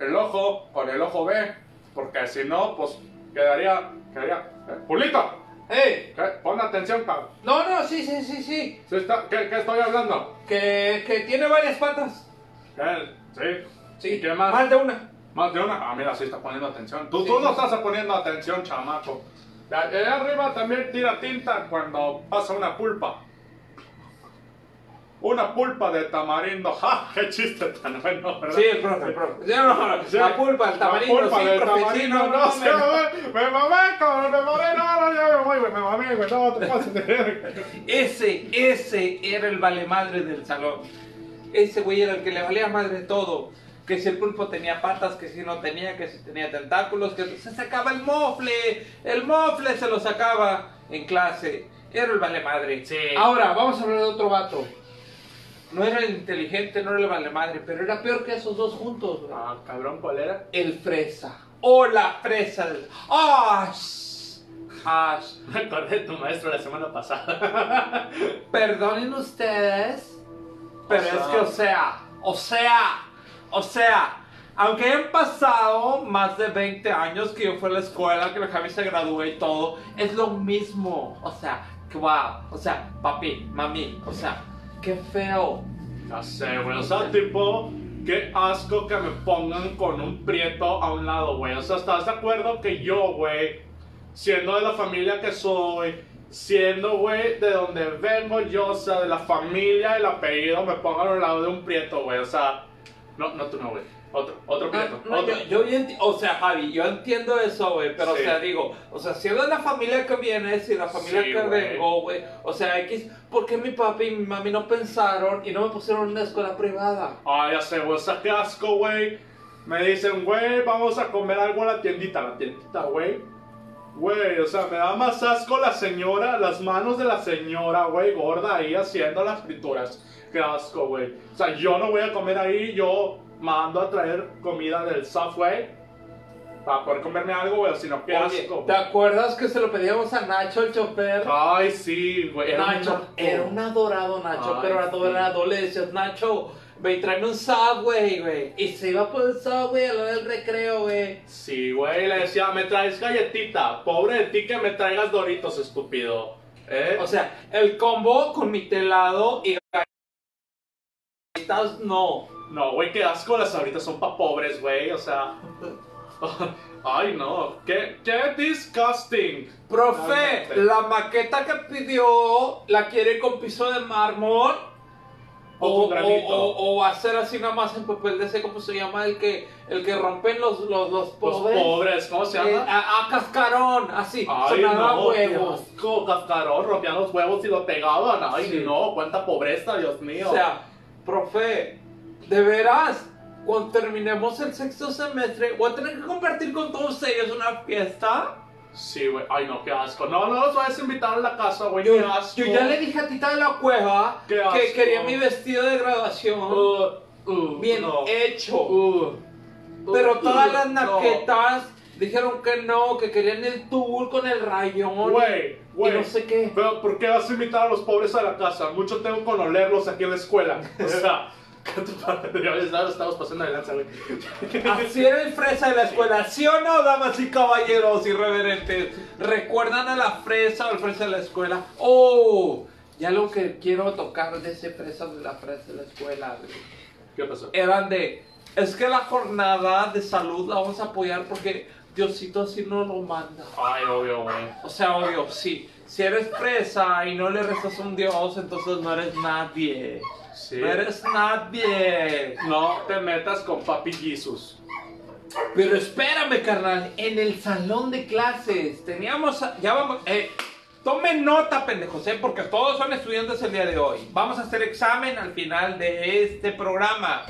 B: El ojo con el ojo B. Porque si no, pues quedaría. quedaría ¿eh? ¡Pulito!
C: ¡Eh!
B: ¿qué? Pon atención, cabrón.
C: No, no, sí, sí, sí, sí.
B: ¿Sí está- ¿Qué, ¿Qué estoy hablando?
C: Que, que tiene varias patas.
B: Él, sí.
C: Sí.
B: ¿Y qué más?
C: Más de una.
B: Más de una. Ah, mira, sí está poniendo atención. Tú,
C: Sí.
B: tú no estás poniendo atención, chamaco. De allá arriba también tira tinta cuando pasa una pulpa. Una pulpa de tamarindo. ¡Ja! ¡Qué chiste tan bueno, ¿verdad?
C: Sí, el profe, el profe. Sí, no, no, La pulpa, el tamarindo,
B: La pulpa
C: sí,
B: del
C: profe, sí,
B: tamarindo,
C: no,
B: no,
C: no,
B: sí,
C: no.
B: güey. Me mamé, cabrón, me mamé. No, no, ya me voy, güey, me mamé, güey. No, te pases de verga.
C: Ese, ese era el vale madre del salón. Ese güey era el que le valía madre todo. Que si el pulpo tenía patas, que si no tenía, que si tenía tentáculos, que se sacaba el mofle. El mofle se lo sacaba en clase. Era el vale madre.
B: Sí.
C: Ahora, vamos a hablar de otro vato. No era el inteligente, no era el vale madre, pero era peor que esos dos juntos. güey.
B: Ah, cabrón, ¿cuál era?
C: El fresa. O la fresa. del- ¡Ah! sh- ah, sh-
B: Me acordé de tu maestro la semana pasada.
C: Perdonen ustedes, pero
B: O sea.
C: es que, o sea, o sea, o sea, aunque han pasado más de 20 años que yo fui a la escuela, que la Javi se graduó y todo, es lo mismo. O sea, que wow, o sea, papi, mami, o sea, qué feo.
B: No sé, güey. O sea, tipo, qué asco que me pongan con un prieto a un lado, güey. O sea, ¿estás de acuerdo que yo, güey, siendo de la familia que soy, Siendo, güey, de donde vengo yo, o sea, de la familia, el apellido, me pongan al lado de un prieto, güey. O sea, no, no tú no, güey. Otro, otro
C: No,
B: prieto.
C: Ah, no,
B: otro.
C: yo, yo bien enti- o sea, Javi, yo entiendo eso, güey, pero,
B: Sí.
C: o sea, digo, o sea, si es de la familia que vienes y la familia
B: Sí,
C: que
B: güey.
C: vengo, güey, o sea, X, ¿por qué mi papi y mi mami no pensaron y no me pusieron en una escuela privada?
B: Ay, Ah, ya sé, güey, o sea, qué asco, güey. Me dicen, güey, vamos a comer algo a la tiendita, la tiendita, güey. Güey, o sea, me da más asco la señora, las manos de la señora, güey, gorda ahí haciendo las frituras. Qué asco, güey. O sea, yo no voy a comer ahí, yo mando a traer comida del Subway para poder comerme algo, güey, sino qué
C: Oye,
B: asco.
C: ¿te
B: güey.
C: acuerdas que se lo pedíamos a Nacho, el chofer?
B: Ay, sí, güey. era un
C: Nacho,
B: asco.
C: era un adorado Nacho,
B: Ay,
C: pero adorado,
B: sí.
C: le decías, Nacho, ve y tráeme un subway, güey, y se iba por el subway a lo del recreo, güey.
B: Sí, güey, le decía, me traes galletita. Pobre de ti que me traigas doritos, estúpido. ¿Eh?
C: O sea, el combo con mi telado y galletas no.
B: No, güey, qué asco, las ahorita son pa' pobres, güey, o sea. Ay, no, qué, qué disgusting.
C: Profe,
B: Cálmate.
C: la maqueta que pidió la quiere con piso de mármol.
B: O con granito.
C: o- o va a ser así nada más en papel de ese, ¿cómo se llama? El que, el que rompen los, los, los
B: Los
C: pobres.
B: pobres, ¿cómo se
C: Eh,
B: llama?
C: a, a cascarón, así,
B: Ay,
C: sonaba
B: no, qué
C: huevos.
B: asco, cascarón, rompían los huevos y lo pegaban. Ay,
C: Sí.
B: no, cuánta pobreza, Dios mío.
C: O sea, profe, de veras, cuando terminemos el sexto semestre, voy a tener que compartir con todos ellos una fiesta.
B: sí, güey, ay, no, qué asco. No, no los vayas a invitar a la casa, güey,
C: Yo,
B: qué asco.
C: yo ya le dije a Tita de la Cueva
B: Qué
C: que
B: asco.
C: quería mi vestido de graduación
B: Uh, uh,
C: bien eh,
B: no.
C: hecho.
B: Uh, uh,
C: pero todas
B: uh,
C: las
B: no.
C: naquetas dijeron que no, que querían el tour con el rayón.
B: Güey, güey.
C: Y no sé qué.
B: Pero, ¿por qué vas a invitar a los pobres a la casa? Mucho tengo con olerlos aquí en la escuela. O sea, que tu padre, ya ves, ahora estamos pasando de lanza, güey.
C: Así era el fresa de la escuela, ¿sí o no, damas y caballeros irreverentes? ¿Recuerdan a la fresa o el fresa de la escuela? ¡Oh! Ya lo que quiero tocar de ese fresa de la fresa de la escuela, güey.
B: ¿Qué pasó?
C: eran de, es que la jornada de salud la vamos a apoyar porque Diosito así no lo manda.
B: Ay, obvio, güey.
C: O sea, obvio, sí. Si eres presa y no le restas un Dios, entonces no eres nadie.
B: Sí.
C: No eres nadie.
B: No te metas con Papi Jesus.
C: Pero espérame, carnal. En el salón de clases teníamos. a- Ya vamos. Eh, tomen nota, pendejos, eh, porque todos son estudiantes el día de hoy. Vamos a hacer examen al final de este programa.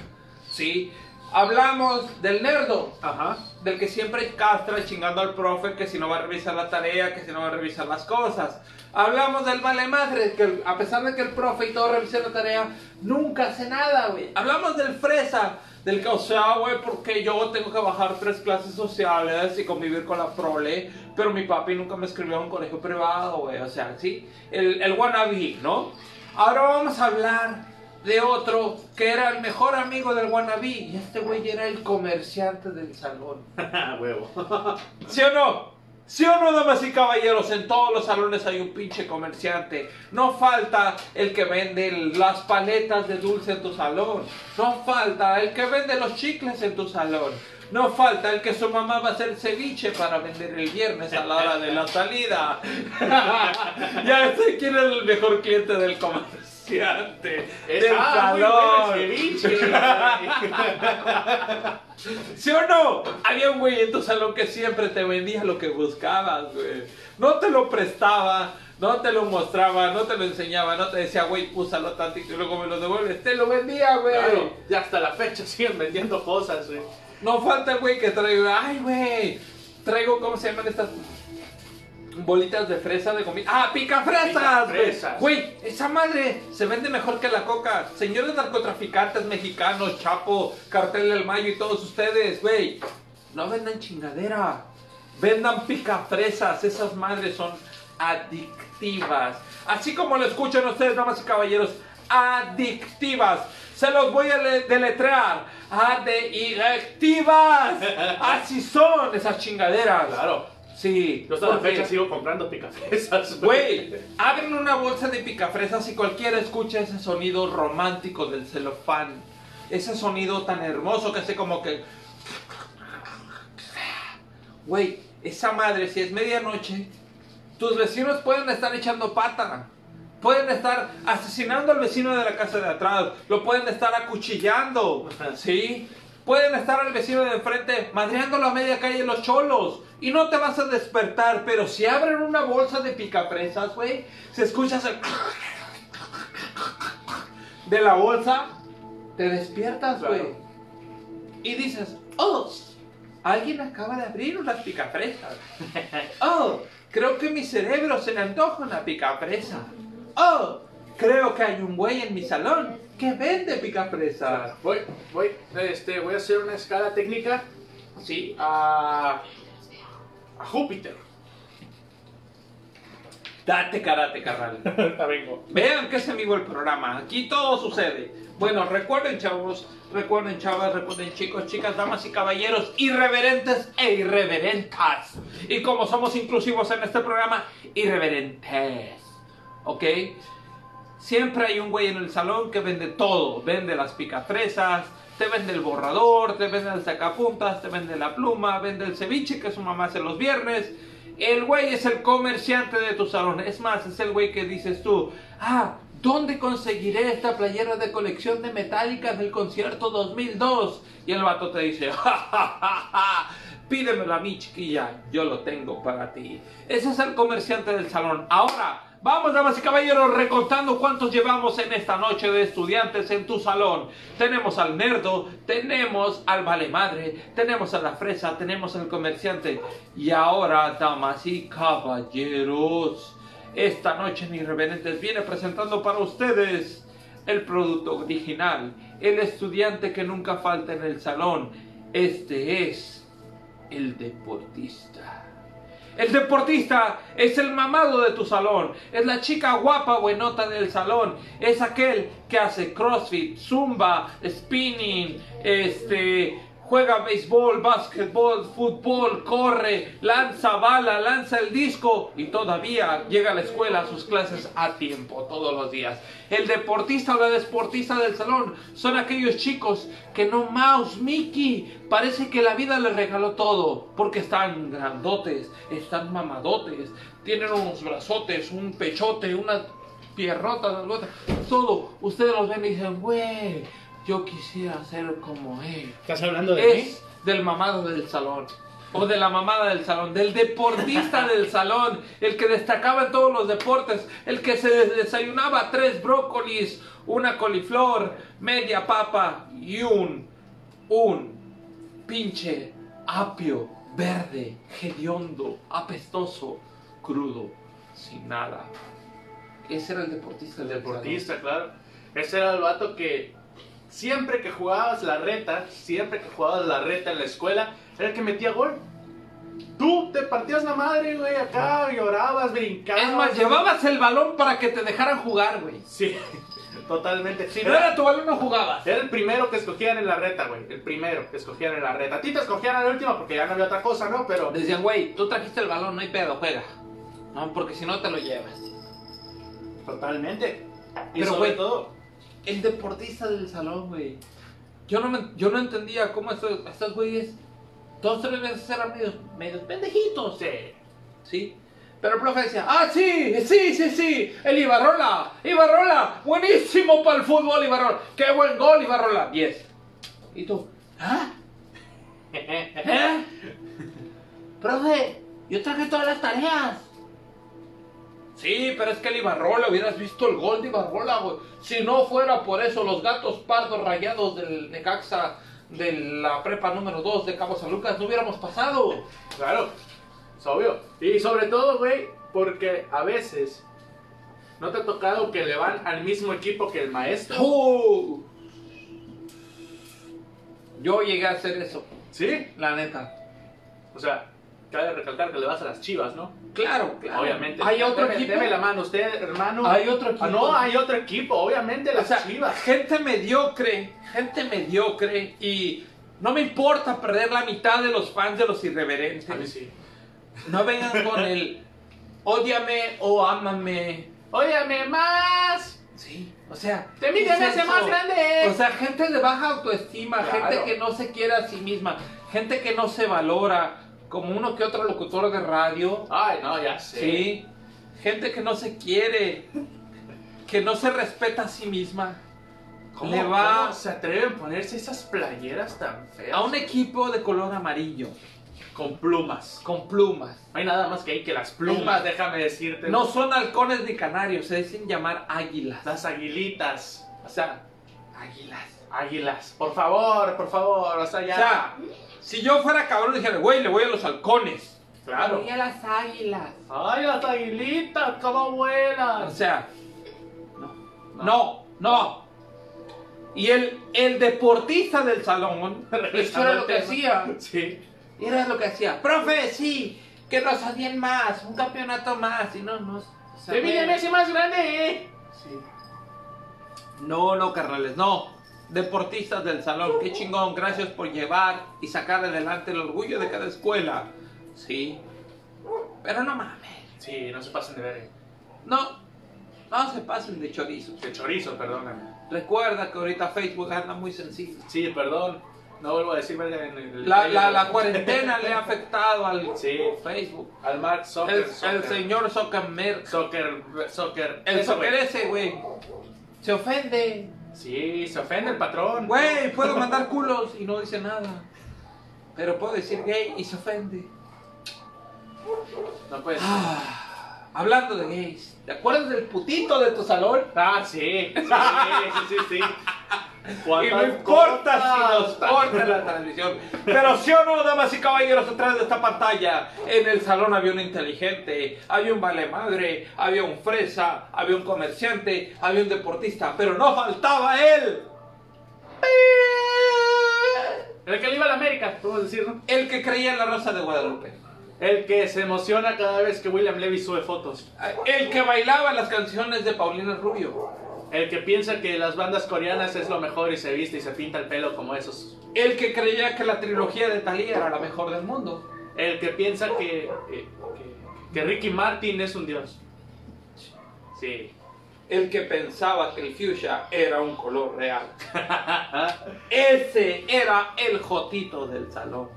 C: ¿Sí? Hablamos del nerdo.
B: Ajá.
C: del que siempre castra chingando al profe que si no va a revisar la tarea, que si no va a revisar las cosas. Hablamos del vale madre, que el- a pesar de que el profe y todo revisó la tarea, nunca hace nada, güey. Hablamos del fresa, del que, o sea, güey, porque yo tengo que bajar tres clases sociales y convivir con la prole, pero mi papi nunca me escribió a un colegio privado, güey, o sea, sí, el, el wannabe, ¿no? Ahora vamos a hablar de otro que era el mejor amigo del wannabe, y este güey era el comerciante del salón.
B: Huevo.
C: ¿Sí o no? ¿Sí o no, damas y caballeros? En todos los salones hay un pinche comerciante. No falta el que vende el- las paletas de dulce en tu salón. No falta el que vende los chicles en tu salón. No falta el que su mamá va a hacer ceviche para vender el viernes a la hora de la salida. ya sé quién es el mejor cliente del comerciante. del
B: Está ah, muy
C: salón.
B: bueno el ceviche, güey.
C: ¿Sí o no? Había un güey en tu salón que siempre te vendía lo que buscabas, güey. No te lo prestaba, no te lo mostraba, no te lo enseñaba, no te decía, güey, úsalo tantito y luego me lo devuelves. Te lo vendía, güey.
B: Claro, ya hasta la fecha siguen vendiendo cosas, güey.
C: No falta el güey que traiga, ay, güey. Traigo, ¿cómo se llaman estas? Bolitas de fresa de comida. ¡Ah, pica fresas!
B: Picafresas.
C: Güey, esa madre se vende mejor que la coca. Señores narcotraficantes mexicanos, Chapo, Cartel del Mayo y todos ustedes, güey. No vendan chingadera. Vendan picafresas. Esas madres son adictivas. Así como lo escuchan ustedes, damas y caballeros. Adictivas. Se los voy a le- deletrear. Adictivas. Así son esas chingaderas.
B: Claro.
C: Sí.
B: Yo hasta la
C: porque-
B: fecha sigo comprando picafresas,
C: Güey, abren una bolsa de picafresas y cualquiera escucha ese sonido romántico del celofán. Ese sonido tan hermoso que hace como que. Güey, esa madre, si es medianoche, Tus vecinos pueden estar echando pata. Pueden estar asesinando al vecino de la casa de atrás. Lo pueden estar acuchillando.
B: Ajá.
C: ¿Sí? Pueden estar al vecino de enfrente madreándolo a media calle los cholos. Y no te vas a despertar. Pero si abren una bolsa de picafresas, güey, se escuchas el... de la bolsa, te despiertas,
B: Claro.
C: güey. Y dices, oh, alguien acaba de abrir unas picafresas. Oh, creo que mi cerebro se le antoja una picafresa. Oh, creo que hay un güey en mi salón que vende picafresas.
B: Voy, voy, este, voy a hacer una escala técnica
C: Sí,
B: a, a Júpiter.
C: date karate, carnal.
B: Ahorita vengo.
C: Vean que es amigo el programa, aquí todo sucede. Bueno, recuerden chavos, recuerden chavas, recuerden chicos, chicas, damas y caballeros, irreverentes e irreverentas. Y como somos inclusivos en este programa, irreverentes. ¿Ok? Siempre hay un güey en el salón que vende todo. Vende las picafresas, te vende el borrador, te vende el sacapuntas, te vende la pluma, vende el ceviche que su mamá hace los viernes. El güey es el comerciante de tu salón. Es más, es el güey que dices tú, ah, ¿dónde conseguiré esta playera de colección de Metallica del concierto 2002? Y el vato te dice, ja, ja, ja, ja, pídemelo a mí, chiquilla, yo lo tengo para ti. Ese es el comerciante del salón. Ahora... Vamos, damas y caballeros, recontando cuántos llevamos en esta noche de estudiantes en tu salón. Tenemos al nerdo, tenemos al vale madre, tenemos a la fresa, tenemos al comerciante. Y ahora, damas y caballeros, esta noche en Irreverentes viene presentando para ustedes el producto original, el estudiante que nunca falta en el salón. Este es el deportista. El deportista es el mamado de tu salón, es la chica guapa buenota del salón, es aquel que hace crossfit, zumba, spinning, este, juega béisbol, básquetbol, fútbol, corre, lanza bala, lanza el disco y todavía llega a la escuela a sus clases a tiempo todos los días. El deportista o la deportista del salón son aquellos chicos que no mouse Mickey, parece que la vida les regaló todo, porque están grandotes, están mamadotes, tienen unos brazotes, un pechote, unas pierrotas, nalgotas, todo. Ustedes los ven y dicen, güey, yo quisiera ser como él
E: ¿Estás hablando de mí?
C: es del mamado del salón. O de la mamada del salón, del deportista del salón, el que destacaba en todos los deportes, el que se desayunaba tres brócolis, una coliflor, media papa y un, un pinche apio verde, hediondo, apestoso, crudo, sin nada. Ese era el deportista del
B: Deportista, claro. Ese era el vato que siempre que jugabas la reta, siempre que jugabas la reta en la escuela, era el que metía gol. Tú te partías la madre, güey, acá llorabas, brincabas.
C: salón. Ah. Es más, llevabas el balón para que te dejaran jugar, güey.
B: Sí, totalmente.
C: Si no era tu balón, no jugabas.
B: Era el primero que escogían en la reta, güey. El primero que escogían en la reta. A ti te escogían en la última porque ya no había otra cosa, ¿no? Pero
C: Decían, güey, tú trajiste el balón, no hay pedo, juega. No, porque si no te lo llevas.
B: totalmente. Y
C: Pero,
B: sobre
C: güey,
B: todo,
C: El deportista del salón, güey. Yo no, me- yo no entendía cómo estos, estos güeyes, dos, tres veces eran medios, medios pendejitos.
B: sí.
C: ¿Sí? Pero el profe decía, ah, sí, sí, sí, sí, el Ibarrola, Ibarrola, buenísimo para el fútbol, Ibarrola, qué buen gol, Ibarrola, 10. Y tú, ¿ah? ¿Eh? profe, yo traje todas las tareas. Sí, pero es que el Ibarrola, hubieras visto el gol de Ibarrola, güey. Si no fuera por eso, los gatos pardos rayados del Necaxa de la prepa número 2 de Cabo San Lucas no hubiéramos pasado.
B: Claro, es obvio. Y sobre todo, güey, porque a veces no te ha tocado que le van al mismo equipo que el maestro.
C: ¡Oh! Yo llegué a hacer eso,
B: Sí,
C: la neta.
B: o sea, cabe recalcar que le vas a las chivas, ¿no?
C: Claro, claro.
B: Obviamente.
C: Hay otro
B: Deme-
C: equipo.
B: Deme la mano, usted, hermano.
C: Hay otro
B: Ah,
C: equipo.
B: no, hay otro equipo, obviamente
C: O
B: las
C: sea,
B: chivas.
C: gente mediocre, gente mediocre y no me importa perder la mitad de los fans de los irreverentes.
B: A mí sí.
C: No vengan con el ódiame o ámame.
B: Óyame más.
C: Sí, o sea,
B: De mí
C: ¿qué
B: te
C: es
B: me hace
C: eso?
B: más grande.
C: O sea, gente de baja autoestima,
B: Claro.
C: gente que no se quiere a sí misma, gente que no se valora. como uno que otro locutor de radio.
E: Ay, no, ya sé.
C: Sí. Gente que no se quiere, que no se respeta a sí misma.
E: ¿Cómo,
C: Le va-
E: cómo se atreven a ponerse esas playeras tan feas?
C: A un equipo de color amarillo,
E: Con plumas.
C: con plumas.
E: No hay nada más que hay que las plumas, déjame decirte.
C: No son halcones ni canarios, se dicen llamar águilas.
E: Las aguilitas. O sea,
C: Águilas.
E: águilas. Por favor, por favor. O sea,
C: O
E: ya.
C: sea, si yo fuera cabrón, dijera, güey, le voy a los halcones.
E: claro.
C: a las águilas.
E: Ay, las aguilitas, cómo
C: O
E: buenas.
C: sea, no, no, no. Y el, el deportista del salón, eso era lo que hacía.
E: Sí.
C: Era lo que hacía. Profe, sí, que nos hacían más, un campeonato más. Y no, no. o sea,
E: Se mide
C: güey,
E: Messi más grande, eh.
C: sí. No, no, carnales, no. Deportistas del salón, qué chingón. Gracias por llevar y sacar adelante el orgullo de cada escuela. Sí. Pero no mames.
E: Sí, no se pasen de ver. eh.
C: No, no se pasen de chorizos.
E: De chorizo, perdóname.
C: Recuerda que ahorita Facebook anda muy sencillo.
E: Sí, perdón. No vuelvo a decir verga en el.
C: La, la- la cuarentena le ha afectado al
E: Sí.
C: Facebook.
E: Al Mark
C: El,
E: Zucker.
C: el señor Zuckerberg.
E: Soccer, soccer.
C: El
E: Eso,
C: Zucker
E: güey.
C: ese, güey. Se ofende.
E: Sí, se ofende el patrón.
C: Güey, puedo mandar culos y no dice nada. Pero puedo decir gay y se ofende.
E: No puede ser.
C: Ah, hablando de gays, ¿te acuerdas del putito de tu salón?
E: Ah, sí. Sí, sí, sí. sí.
C: Y no
E: ¿Cuántas
C: importa si
E: cosas?
C: nos corta la transmisión. Pero sí o no, damas y caballeros, atrás de esta pantalla, en el salón había un inteligente, había un vale madre, había un fresa, había un comerciante, había un deportista, pero no faltaba él.
E: El que le iba a la América, podemos decir, ¿no?
C: El que creía en la rosa de Guadalupe.
E: El que se emociona cada vez que William Levy sube fotos.
C: El que bailaba las canciones de Paulina Rubio.
E: El que piensa que las bandas coreanas es lo mejor y se viste y se pinta el pelo como esos.
C: El que creía que la trilogía de Thalía era la mejor del mundo.
E: El que piensa que, que, que Ricky Martin es un dios. Sí.
C: El que pensaba que el fuchsia era un color real. Ese era el jotito del salón.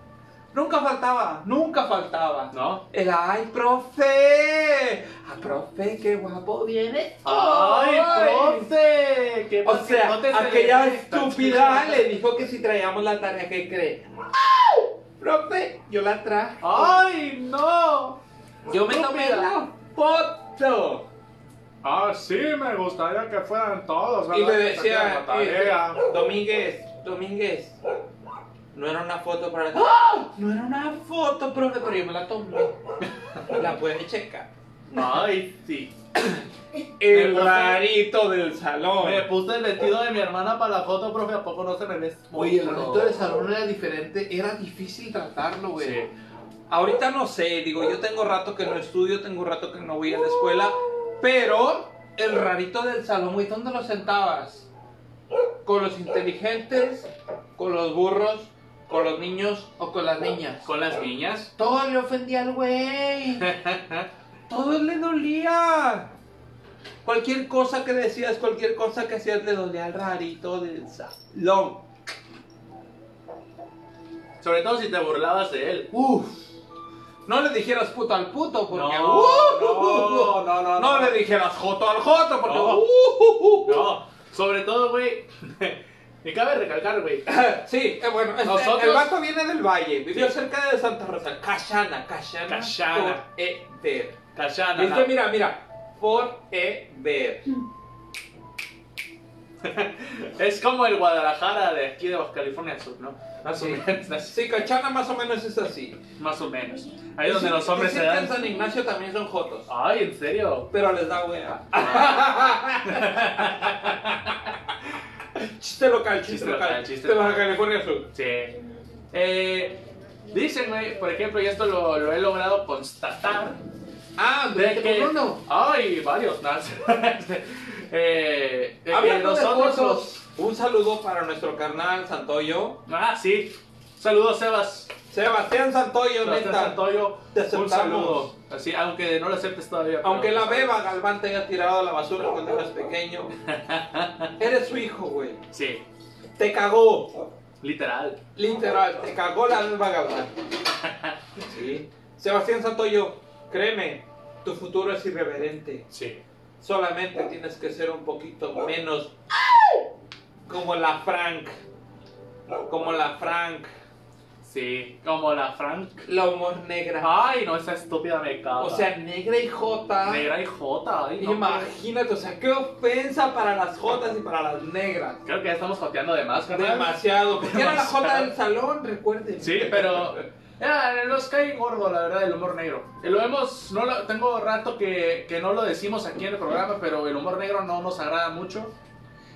C: Nunca faltaba, nunca faltaba.
E: ¿No?
C: Era, ay, profe. Ah, profe, qué guapo viene.
E: profe! Que
C: O sea,
E: no te
C: aquella
E: celebres tan-
C: estúpida le dijo que si traíamos la tarea que cree. ¡Au! Profe, yo la traje.
E: ¡Ay, no!
C: Yo me tomé
E: estúpida.
C: la foto.
E: Ah, sí, me gustaría que fueran todos,
C: Y le decía, eh, y decía, Domínguez, Domínguez, no era una foto para... ¡Ah! No era una foto, profe, pero yo me la tomé. La puede checar.
E: Ay, sí.
C: El
E: Me puse-
C: rarito del salón.
E: Me puse el vestido de mi hermana para la foto, profe, ¿a poco no se me ves?
F: Oye, el resto del salón era diferente, era difícil tratarlo, güey.
E: Sí.
C: Ahorita no sé, digo, yo tengo rato que no estudio, tengo rato que no voy a la escuela, pero el rarito del salón, güey, ¿dónde lo sentabas? ¿Con los inteligentes, con los burros, con los niños o con las niñas?
E: ¿Con las niñas?
F: Todo le ofendía al güey.
C: Todo le dolía. Cualquier cosa que decías, cualquier cosa que hacías, le dolía al rarito del salón.
E: Sobre todo si te burlabas de él.
C: Uf. No le dijeras puto al puto, porque.
E: No,
C: ¡Uh!
E: no, no, no,
C: No
E: no.
C: le dijeras joto al joto, porque.
E: No.
C: ¡Uh!
E: No, sobre todo, güey. Me cabe recalcar, güey.
C: Sí, eh, bueno, este,
E: Nosotros-
C: el vato viene del valle, vivió
E: Sí.
C: cerca de Santa Rosa, Cachana, Cachana,
E: Cachana.
C: por Eder.
E: Cachana.
C: Viste, mira, mira, por Eder.
E: Es como el Guadalajara de aquí de Baja California Sur, ¿no? Más o menos.
C: Sí, Cachana más o menos es así.
E: Más o menos. Ahí donde los hombres
C: Dicen
E: se
C: que en
E: dan.
C: San Ignacio también son jotos.
E: Ay, ¿en serio?
C: Pero les da Ah, wea. chiste local, chiste,
E: Chiste
C: local.
E: local, chiste
C: de
E: local.
C: Baja California Sur.
E: Sí. Eh, dicen, güey, por ejemplo, y esto lo, lo he logrado constatar.
C: Ah,
E: De
F: ¿Te
E: que.
F: compró uno?
E: Ay, varios. no, este, eh, de que
C: hablando de
E: nosotros los-
C: fotos, un saludo para nuestro carnal Santoyo.
E: Ah, sí. Saludos, Sebas.
C: Sebastián Santoyo,
E: Sebastián
C: neta.
E: Santoyo,
C: Te
E: un
C: aceptamos.
E: saludo. Así, aunque no lo aceptes todavía. pero- pues,
C: Aunque la beba Galván te haya tirado a la basura cuando eras pequeño. Eres su hijo, güey.
E: Sí.
C: Te cagó.
E: Literal.
C: Literal, te cagó la alma vagabunda.
E: Sí.
C: Sebastián Santoyo, créeme, tu futuro es irreverente.
E: Sí.
C: Solamente tienes que ser un poquito menos como la Frank. Como la Frank.
E: Sí. Como la Frank.
C: La humor negra.
E: Ay, no, esa estúpida me caga.
C: O sea, negra y jota.
E: negra y jota. Ay, no,
C: Imagínate, o sea, qué ofensa para las jotas y para las negras.
E: Creo que ya estamos joteando de más, carnal.
C: Demasiado, porque era la jota
E: Demasiado.
C: del salón, recuerden.
E: Sí, pero. Era, nos cae gordo, la verdad, el humor negro. Lo hemos. No lo- tengo rato que, que no lo decimos aquí en el programa, pero el humor negro no nos agrada mucho.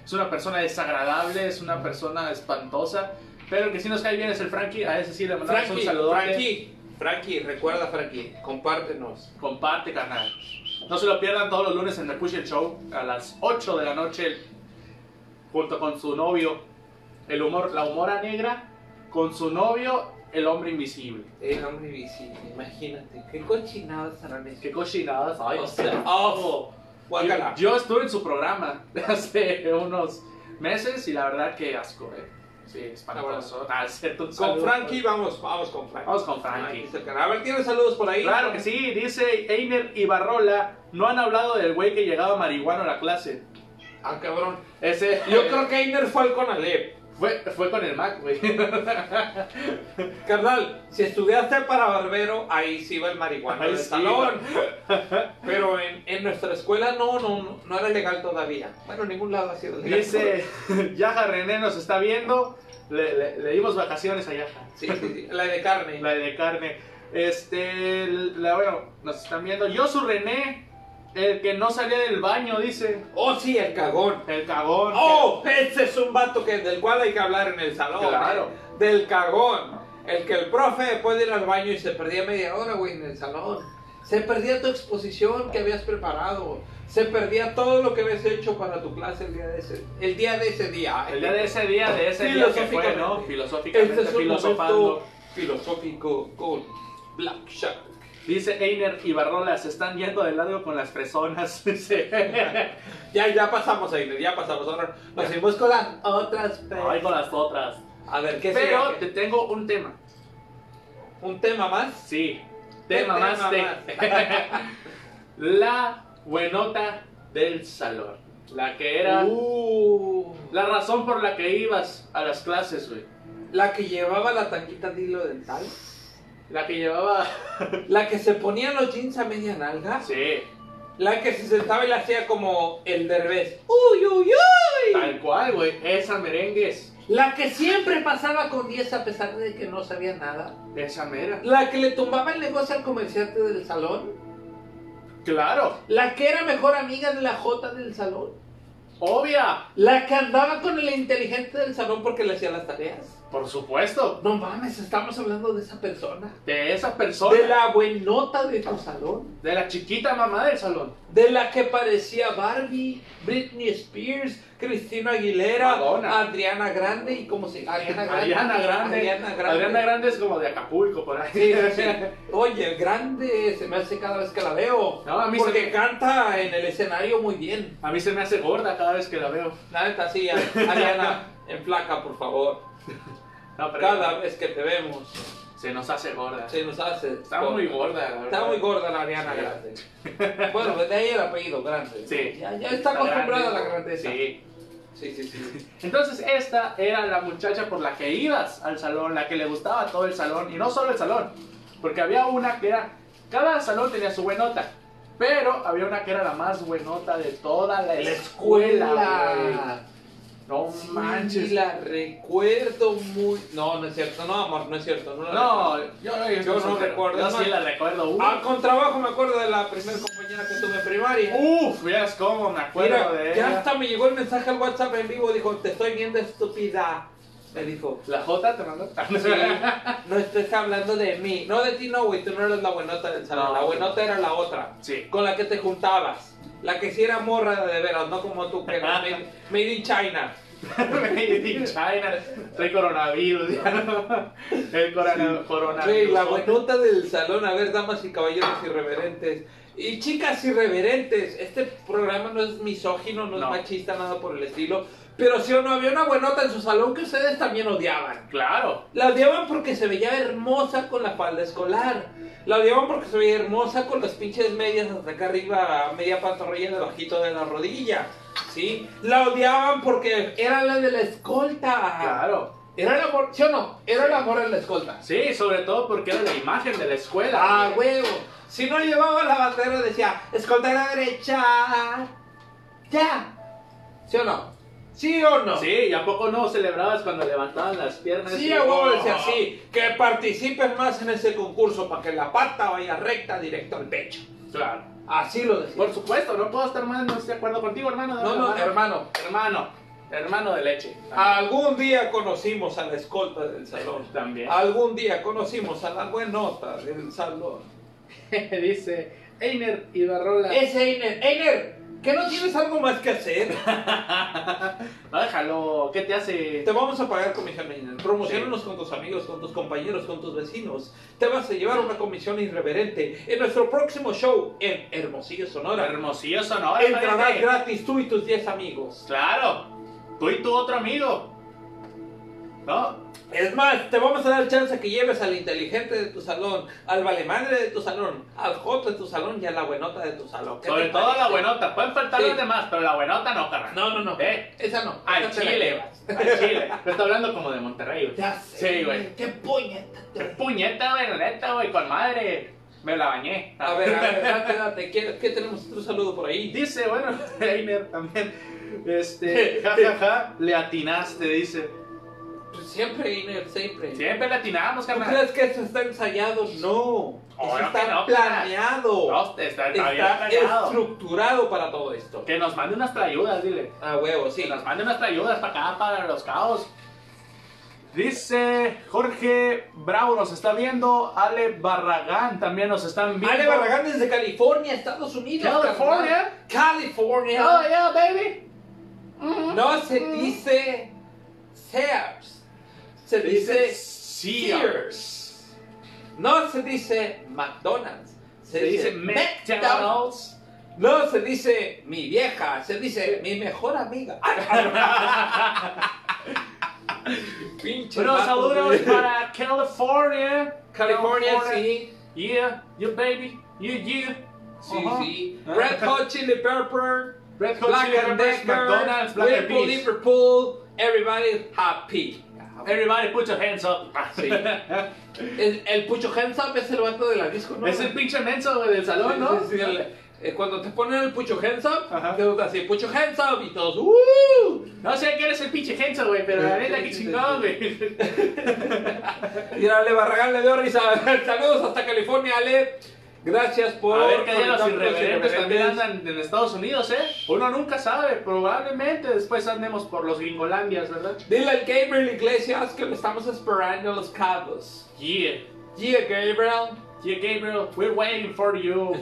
E: Es una persona desagradable, es una persona espantosa. Pero el que sí nos cae bien es el Frankie. A ese sí le mandamos
C: Frankie,
E: un saludo.
C: Frankie, Frankie, recuerda Frankie, compártenos.
E: Comparte, canal. No se lo pierdan todos los lunes en The Push It Show a las 8 de la noche junto con su novio, el humor, la humora negra, con su novio, el hombre invisible.
C: El hombre bici, imagínate, qué cochinadas serán esas.
E: Qué cochinadas, ay,
C: O sea, oh, guácala.
E: Yo, yo estuve en su programa hace unos meses y la verdad que asco, eh. Sí, espantoso. Ah, es cierto, un
C: Con
E: saludo.
C: Frankie vamos, vamos con Frankie.
E: Vamos con Frankie.
C: Frankie cercano. A ver, ¿tienes saludos por ahí?
E: Claro que sí, dice Einer Ibarrola, no han hablado del güey que llegaba marihuano a la clase.
C: Ah, cabrón.
E: Ese,
C: Yo creo que Einer fue al Conalep.
E: Fue, fue con el Mac, güey.
C: Carnal, si estudiaste para barbero, ahí sí iba el marihuana
E: Ahí
C: del
E: sí
C: salón. Pero en, en nuestra escuela no, no, no, no era legal todavía. Bueno, en ningún lado ha sido legal.
E: Dice, Yaja René nos está viendo. Le, le- le dimos vacaciones a Yaja.
C: Sí, sí, sí, la de carne.
E: La de carne. Este, la, bueno, nos están viendo. Yo su René, el que no salía del baño, dice.
C: Oh, sí, el cagón.
E: El cagón.
C: Oh, ese es un vato que, del cual hay que hablar en el salón.
E: Claro.
C: eh. Del cagón. El que el profe puede ir al baño y se perdía media hora, güey, en el salón. Se perdía tu exposición que habías preparado. Se perdía todo lo que habías hecho para tu clase el día de ese, el día, de ese día.
E: El día de ese día, de ese día que fue, ¿no?
C: Filosóficamente.
E: Filosóficamente,
C: Este es un
E: filosofando.
C: momento filosófico con Black Shark.
E: Dice Einer Ibarrola, se están yendo de lado con las personas. Dice.
C: Ya, ya pasamos ahí, ya pasamos. Ahora nos fuimos con las otras. pe-
E: Ay, con las otras.
C: A ver, ¿qué
E: Pero
C: sigue?
E: te tengo un tema.
C: ¿Un tema más?
E: Sí,
C: Te
E: te mamaste. la buenota del salón. La que era
C: Uh,
E: la razón por la que ibas a las clases, güey.
C: la que llevaba la tanquita de hilo dental.
E: La que llevaba.
C: La que se ponía los jeans a media nalga.
E: Sí,
C: La que se sentaba y la hacía como el derbez. ¡Uy, uy, uy!
E: tal cual, güey. Esa merengues.
C: La que siempre pasaba con 10 a pesar de que no sabía nada.
E: Esa mera.
C: La que le tumbaba el negocio al comerciante del salón.
E: Claro,
C: La que era mejor amiga de la Jota del salón.
E: obvia.
C: La que andaba con el inteligente del salón porque le hacía las tareas.
E: Por supuesto.
C: No mames, estamos hablando de esa persona.
E: De esa persona.
C: De la buenota de tu salón.
E: de la chiquita mamá del salón.
C: De la que parecía Barbie, Britney Spears, Cristina Aguilera,
E: Madonna.
C: Adriana Grande y como se... Ah, Adriana Grande.
E: Adriana Grande.
C: Adriana Grande.
E: es como de Acapulco, por ahí.
C: Sí, sí, sí. Oye, grande se me hace cada vez que la veo.
E: No, a mí se
C: porque
E: me-
C: canta en el escenario muy bien.
E: A mí se me hace gorda cada vez que la veo.
C: La neta, sí, Ariana, en placa, por favor.
E: No, pero-
C: Cada vez que te vemos,
E: Se nos hace gorda.
C: se nos hace.
E: Está muy gorda, la verdad.
C: Está muy gorda la Ariana
E: Sí.
C: Grande. Bueno, pues de ahí el apellido Grande.
E: Sí.
C: Ya, ya está acostumbrada a la grandeza.
E: Sí.
C: sí, sí. sí.
E: Entonces esta era la muchacha por la que ibas al salón, la que le gustaba todo el salón, y no solo el salón, porque había una que era, cada salón tenía su buenota, pero había una que era la más buenota de toda la, escuela. güey. No
C: Sí,
E: manches.
C: la recuerdo muy. No, no es cierto, no, amor, no es cierto. No, la
E: No, yo,
C: Yo no
E: soltero.
C: recuerdo.
E: Yo sí
C: No.
E: la recuerdo.
C: recuerdo.
E: Uf,
C: Ah, con trabajo me acuerdo de la primera compañera que tuve en primaria.
E: uf, vieras cómo Uh, me acuerdo
C: Mira,
E: de
C: ya
E: ella.
C: hasta me llegó el mensaje al WhatsApp en vivo, dijo, te estoy viendo estúpida. Me dijo,
E: La J te mandó.
C: sí, no estés hablando de mí. No de ti no, güey, tú no eras la buenota del salón.
E: No.
C: la buenota era la otra,
E: Sí.
C: con la que te juntabas. La que sí era morra de veras, no como tú, que era made, made in China.
E: Made in China, soy coronavirus. ya no. El corona- coronavirus.
C: Güey, la buenota del salón, a ver, damas y caballeros irreverentes. Y chicas irreverentes, este programa no es misógino, no, es
E: No.
C: machista, nada por el estilo. Pero sí o no, había una buenota en su salón que ustedes también odiaban.
E: Claro.
C: La odiaban porque se veía hermosa con la falda escolar. La odiaban porque se veía hermosa con las pinches medias hasta acá arriba, media pantorrilla debajito de la rodilla. ¿Sí? La odiaban porque era la de la escolta.
E: Claro.
G: Era el amor, ¿sí o no? Era el amor en la escolta.
E: Sí, sobre todo porque era la imagen de la escuela.
C: ¡Ah, huevo! Si no llevaba la bandera decía, escolta a la derecha. ¡Ya! ¿Sí o no? ¿Sí o no?
E: Sí, ¿y a poco no celebrabas cuando levantaban las piernas?
C: Sí,
E: y-
C: a huevo decía así. Que participen más en ese concurso para que la pata vaya recta directo al pecho.
E: Claro.
C: Así lo decía.
E: Por supuesto, no puedo estar mal, no estoy de acuerdo contigo, hermano.
C: No, no, hermano.
E: Hermano. Hermano de leche.
C: Algún día conocimos a la escolta del salón.
E: También.
C: Algún día conocimos a la buenota del salón.
E: Dice Einer Ibarrola.
C: Ese Einer. Einer, ¿que no tienes algo más que hacer?
E: No, déjalo, ¿qué te hace?
C: Te vamos a pagar comisión, Einer. Promocionanos con tus amigos, con tus compañeros, con tus vecinos. Te vas a llevar una comisión irreverente en nuestro próximo show en Hermosillo, Sonora.
E: Hermosillo Sonora.
C: Entrarás
E: parece.
C: gratis tú y tus 10 amigos.
E: Claro. Tú y tu otro amigo. ¿No?
C: Es más, te vamos a dar chance que lleves al inteligente de tu salón, al valemadre de tu salón, al joto de tu salón y a la buenota de tu salón. ¿Qué
E: Sobre
C: te
E: todo la
C: parece?
E: buenota. Pueden faltar
C: Sí.
E: los demás, pero la buenota no, carnal.
C: No, no, no.
E: ¿Eh?
G: Esa no.
E: Al
G: esa te la
E: Chile.
G: llevas.
E: Al Chile. Pero está hablando como de Monterrey, güey.
G: Ya sé.
E: Sí, güey.
G: Qué puñeta.
E: Qué puñeta, güey, la neta, güey, con madre. Me la bañé.
C: A ver, a ver, date, date. ¿Qué, qué tenemos otro saludo por ahí?
E: Dice, bueno, Reiner también. Este, jajaja, le atinaste, dice.
C: Pues siempre, Iner, siempre.
E: Siempre le atinamos,
C: ¿Tú
E: carnal.
C: crees que eso está ensayado? No. Eso
E: Obvio que
C: está
E: no, pues.
C: planeado.
E: No, está, está bien
C: está
E: planeado.
C: estructurado para todo esto.
E: Que nos mande unas trayudas, dile.
C: Ah, huevo, sí.
E: Que nos mande unas trayudas para acá, para los caos. Dice Jorge Bravo, nos está viendo. Ale Barragán también nos están viendo.
C: Ale Barragán desde California, Estados Unidos.
E: California.
C: carnal. California.
E: Oh, yeah, baby.
C: No se dice Sears. Se dice Sears. No se dice McDonald's. Se,
E: Se dice
C: McDonald's.
E: McDonald's.
C: No se dice mi vieja. Se dice mi mejor amiga. Pinche.
E: Unos
C: vato,
E: saludos
C: güey.
E: para California.
C: California, sí.
E: Yeah, you baby, you you.
C: Sí,
E: Ajá.
C: sí. Red Hot Chili Pepper.
E: Red Hot
C: Black
E: Chili
C: and
E: Peppers,
C: Decker,
E: McDonald's, Black and
C: Liverpool,
E: Peas.
C: Liverpool, everybody happy.
E: Everybody put your hands up.
C: Sí. El, el Pucho Hands Up es el vato de la disco, ¿no?
E: Es el pinche menso güey, del
C: Sí,
E: salón, ¿no?
C: sí, sí, el- eh, cuando te ponen el Pucho Hands Up,
E: Ajá.
C: te gusta así, Pucho Hands Up, y todos, ¡uh!
E: No sé quién es el pinche genso, güey, pero la neta que chingón, güey.
C: Y Ale Barragán le dio risa. Saludos hasta California, Ale. Gracias por.
E: A ver qué día los
C: conectarnos,
E: irreverentes también
C: irreverentes.
E: andan en Estados Unidos, ¿eh? Uno nunca sabe, probablemente después andemos por los gringolandias, ¿verdad?
C: Dile al Gabriel Iglesias que lo estamos esperando en los cabos.
E: Yeah.
C: Yeah, Gabriel.
E: Yeah, Gabriel, we're waiting for you.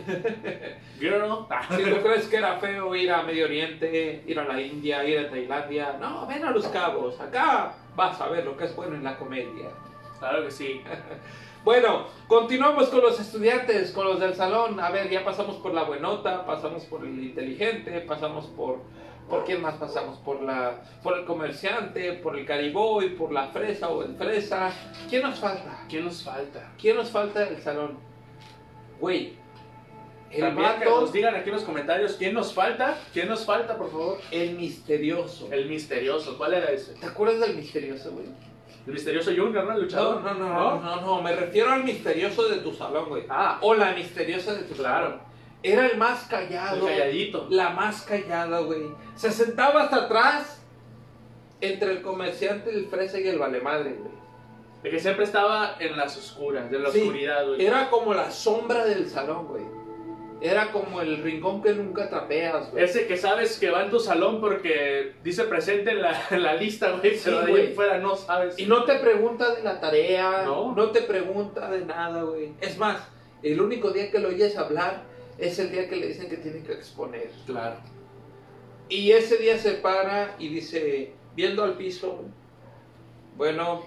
E: Girl.
C: Si tú crees que era feo ir a Medio Oriente, ir a la India, ir a Tailandia, no, ven a Los Cabos, acá vas a ver lo que es bueno en la comedia.
E: Claro que sí.
C: Bueno, continuamos con los estudiantes, con los del salón. A ver, ya pasamos por la buenota, pasamos por el inteligente, pasamos por... ¿Por quién más pasamos? Por la, por el comerciante, por el cariboy, por la fresa o el fresa. ¿Quién nos falta?
E: ¿Quién nos falta?
C: ¿Quién nos falta del salón? Güey, el
E: También que
C: vato,
E: nos digan aquí en los comentarios quién nos falta. ¿Quién nos falta, por favor?
C: el misterioso.
E: El misterioso. ¿Cuál era ese?
G: ¿Te acuerdas del misterioso, güey?
E: El misterioso Junior, ¿no? El
C: No,
E: luchador.
C: no, no, no, no, no, me refiero al misterioso de tu salón, güey.
E: Ah,
C: O la misteriosa de tu
E: Claro.
C: salón. Era el más
E: el
C: callado.
E: calladito.
C: La más callada, güey. Se sentaba hasta atrás entre el comerciante, el fresa y el valemadre, güey.
E: El que siempre estaba en las oscuras, de la
C: Sí,
E: oscuridad, güey.
C: Era como la sombra del salón, güey. Era como el rincón que nunca trapeas, güey.
E: Ese que sabes que va en tu salón porque dice presente en la, en la lista, güey,
C: Sí,
E: pero de ahí
C: güey.
E: en fuera no sabes.
C: Y no te pregunta de la tarea,
E: No.
C: no, te pregunta de nada, güey. Es más, el único día que lo oyes hablar es el día que le dicen que tiene que exponer.
E: Claro.
C: Y ese día se para y dice, viendo al piso, bueno,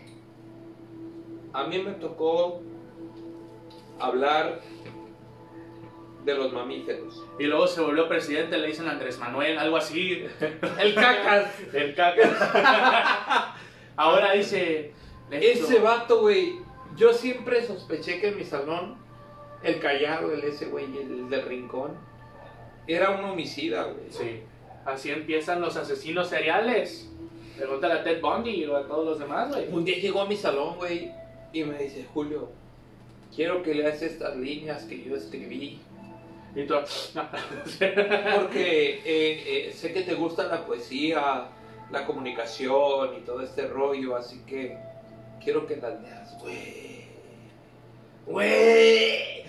C: a mí me tocó hablar
H: de los mamíferos.
E: Y luego se volvió presidente, le dicen Andrés Manuel, algo así.
H: El cacas.
E: El caca. Ahora dice. Leito.
C: Ese vato, güey. Yo siempre sospeché que en mi salón, el callado, el ese, güey, el del rincón,
H: Era un homicida, güey.
E: Sí. Así empiezan los asesinos seriales. Pregúntale a Ted Bundy o a todos los demás, güey.
C: Un día llegó a mi salón, güey, y me dice, Julio, quiero que leas estas líneas que yo escribí,
E: Y tú.
C: porque eh, eh, sé que te gusta la poesía, la comunicación y todo este rollo, así que quiero que las leas, güey. Güey.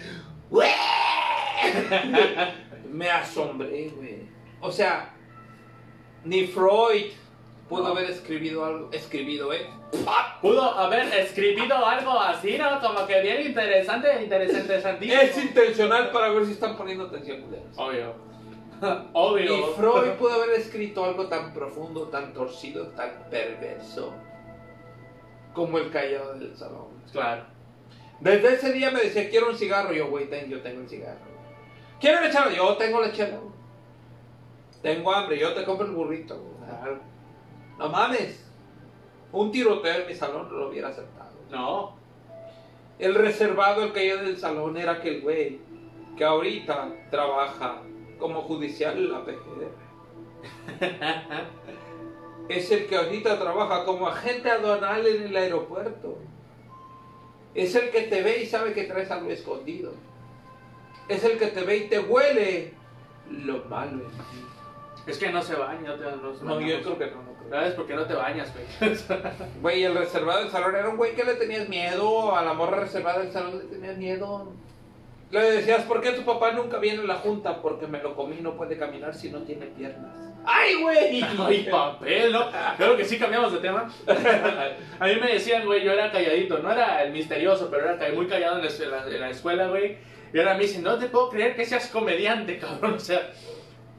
C: Güey. me asombré, güey. O sea, ni Freud pudo haber escribido algo, escribido, eh.
E: Pudo haber escribido algo así, ¿no? Como que bien interesante, interesante, interesantísimo.
H: Es intencional para ver si están poniendo atención, culeros.
E: Obvio.
C: Y
E: Obvio.
C: Freud pudo haber escrito algo tan profundo, tan torcido, tan perverso como el callado del salón.
E: Claro.
C: Desde ese día me decía, quiero un cigarro. Yo, güey, ten- yo tengo el cigarro.
H: ¿Quieren echar yo?
C: Yo tengo la chela. güey. Tengo hambre, yo te compro el burrito. güey.
E: Claro.
C: No mames. Un tiroteo en mi salón no lo hubiera aceptado.
E: No.
C: El reservado, el callado del salón era aquel güey que ahorita trabaja como judicial en la PGR. es el que ahorita trabaja como agente aduanal en el aeropuerto. Es el que te ve y sabe que traes algo escondido. Es el que te ve y te huele lo malo. en ti.
E: Es que no se baña, no te no se
C: No,
E: baña.
C: yo creo que no. no creo.
E: ¿Sabes por qué no te bañas, güey?
C: Güey, el reservado del salón era un güey que le tenías miedo, a la morra reservada del salón le tenías miedo. Le decías, ¿por qué tu papá nunca viene a la junta? Porque me lo comí, no puede caminar si no tiene piernas. ¡Ay, güey!
E: Ay, papel, ¿no? Claro que sí cambiamos de tema. A mí me decían, güey, yo era calladito, no era el misterioso, pero era ca- muy callado en la, escuela- en la escuela, güey. Y ahora me dicen, no te puedo creer que seas comediante, cabrón, o sea,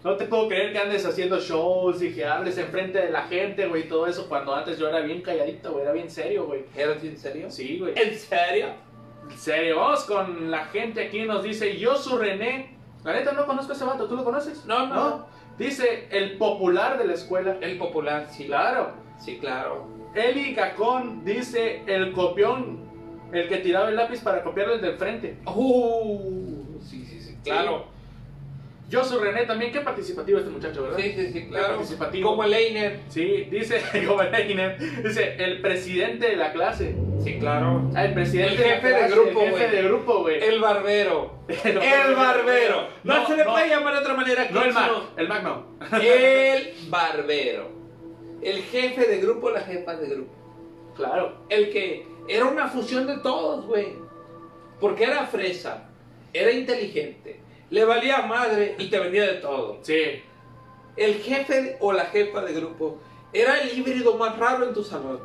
E: no te puedo creer que andes haciendo shows y que hables enfrente de la gente, güey, y todo eso, cuando antes yo era bien calladito, güey, era bien serio, güey.
C: ¿Eras en serio?
E: Sí, güey.
C: ¿En serio?
E: En serio, vamos con la gente aquí, nos dice, yo su René. La neta, no conozco a ese vato, ¿tú lo conoces?
C: No, no.
E: Dice, el popular de la escuela.
C: El popular, sí.
E: Claro.
C: Sí, claro.
E: Eli Gacón dice el copión, el que tiraba el lápiz para copiarle el del frente.
C: Uh, sí, sí, sí, claro.
E: Yo soy René también, qué participativo este muchacho, ¿verdad?
C: Sí, sí, sí,
E: Qué
C: claro.
E: participativo.
C: Como el Einer.
E: Sí, dice, como el Einer, dice el presidente de la clase.
C: Sí, claro.
E: Ah, el presidente
C: El
E: de la
C: jefe de
E: clase,
C: grupo,
E: El jefe
C: güey.
E: de grupo, güey.
C: El barbero.
H: El barbero. No, se le
E: no,
H: puede llamar de otra manera.
E: No el
H: Kitsune.
E: Mac, el Mac no.
C: El barbero. El jefe de grupo, la jefa de grupo.
E: Claro.
C: El que era una fusión de todos, güey. Porque era fresa, era inteligente, le valía madre y te vendía de todo.
E: Sí,
C: El jefe de- o la jefa de grupo era el híbrido más raro en tu salón.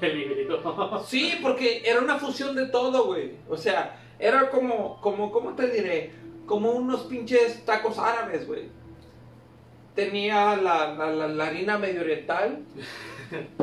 E: el híbrido.
C: Sí, porque era una fusión de todo, güey. O sea, era como, como, ¿cómo te diré? Como unos pinches tacos árabes, güey. Tenía la, la, la, la harina medio oriental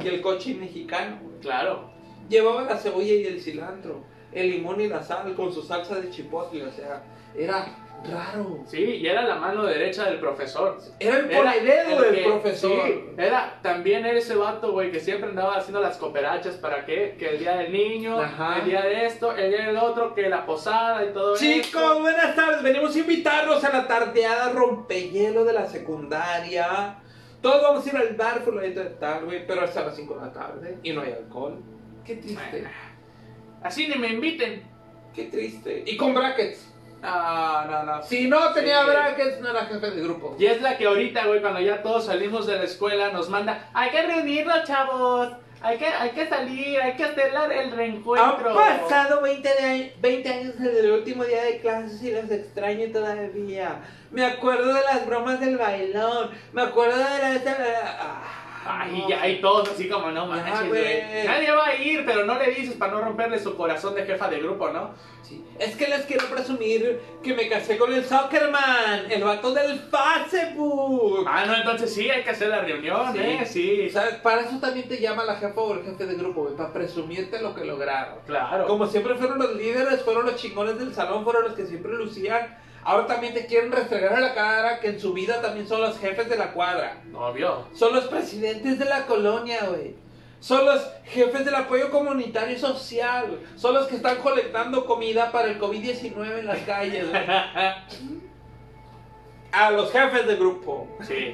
C: y el coche mexicano, güey.
E: Claro.
C: Llevaba la cebolla y el cilantro, el limón y la sal con su salsa de chipotle, o sea, era raro.
E: Sí, y era la mano derecha del profesor.
C: Era el
E: Era
C: ponaidero
E: el
C: del
E: que-
C: profesor.
E: sí, era también era ese vato, güey, que siempre andaba haciendo las cooperachas para qué, que el día del niño,
C: Ajá.
E: el día de esto, el día del otro, que la posada y todo
C: Chicos,
E: esto.
C: buenas tardes. Venimos a invitarlos a la tardeada rompehielo de la secundaria. Todos vamos a ir al bar por la de tarde, güey, pero hasta las 5 de la tarde y no hay alcohol. Qué triste,
E: Así ni me inviten.
C: qué triste. Y con brackets.
E: No, no, no.
C: Si no tenía
E: Sí.
C: brackets, no era jefe de grupo.
E: Y es la que ahorita, güey, cuando ya todos salimos de la escuela, nos manda, hay que reunirnos, chavos. Hay que, hay que salir, hay que hacer la- el
C: Han
E: reencuentro.
C: pasado 20, de año- 20 años desde el último día de clases y los extraño todavía. Me acuerdo de las bromas del bailón. Me acuerdo de la... de la- ah,
E: Ay,
C: no.
E: ya, y todos así como, no manches, güey.
C: güey.
E: Nadie va a ir, pero no le dices para no romperle su corazón de jefa de grupo, ¿no?
C: Sí. Es que les quiero presumir que me casé con el Zuckerman, el vato del Facebook.
E: Ah, no, entonces sí, hay que hacer la reunión,
C: Sí.
E: ¿eh? Sí,
C: ¿Sabes? Para eso también te llama la jefa o el jefe de grupo, güey, para presumirte lo que lograron.
E: claro.
C: Como siempre fueron los líderes, fueron los chingones del salón, fueron los que siempre lucían. Ahora también te quieren restregar a la cara que en su vida también son los jefes de la cuadra.
E: No, vio.
C: Son los presidentes de la colonia, güey. Son los jefes del apoyo comunitario y social. güey. Son los que están colectando comida para el COVID-19 en las calles, güey. A los jefes de grupo.
E: Sí.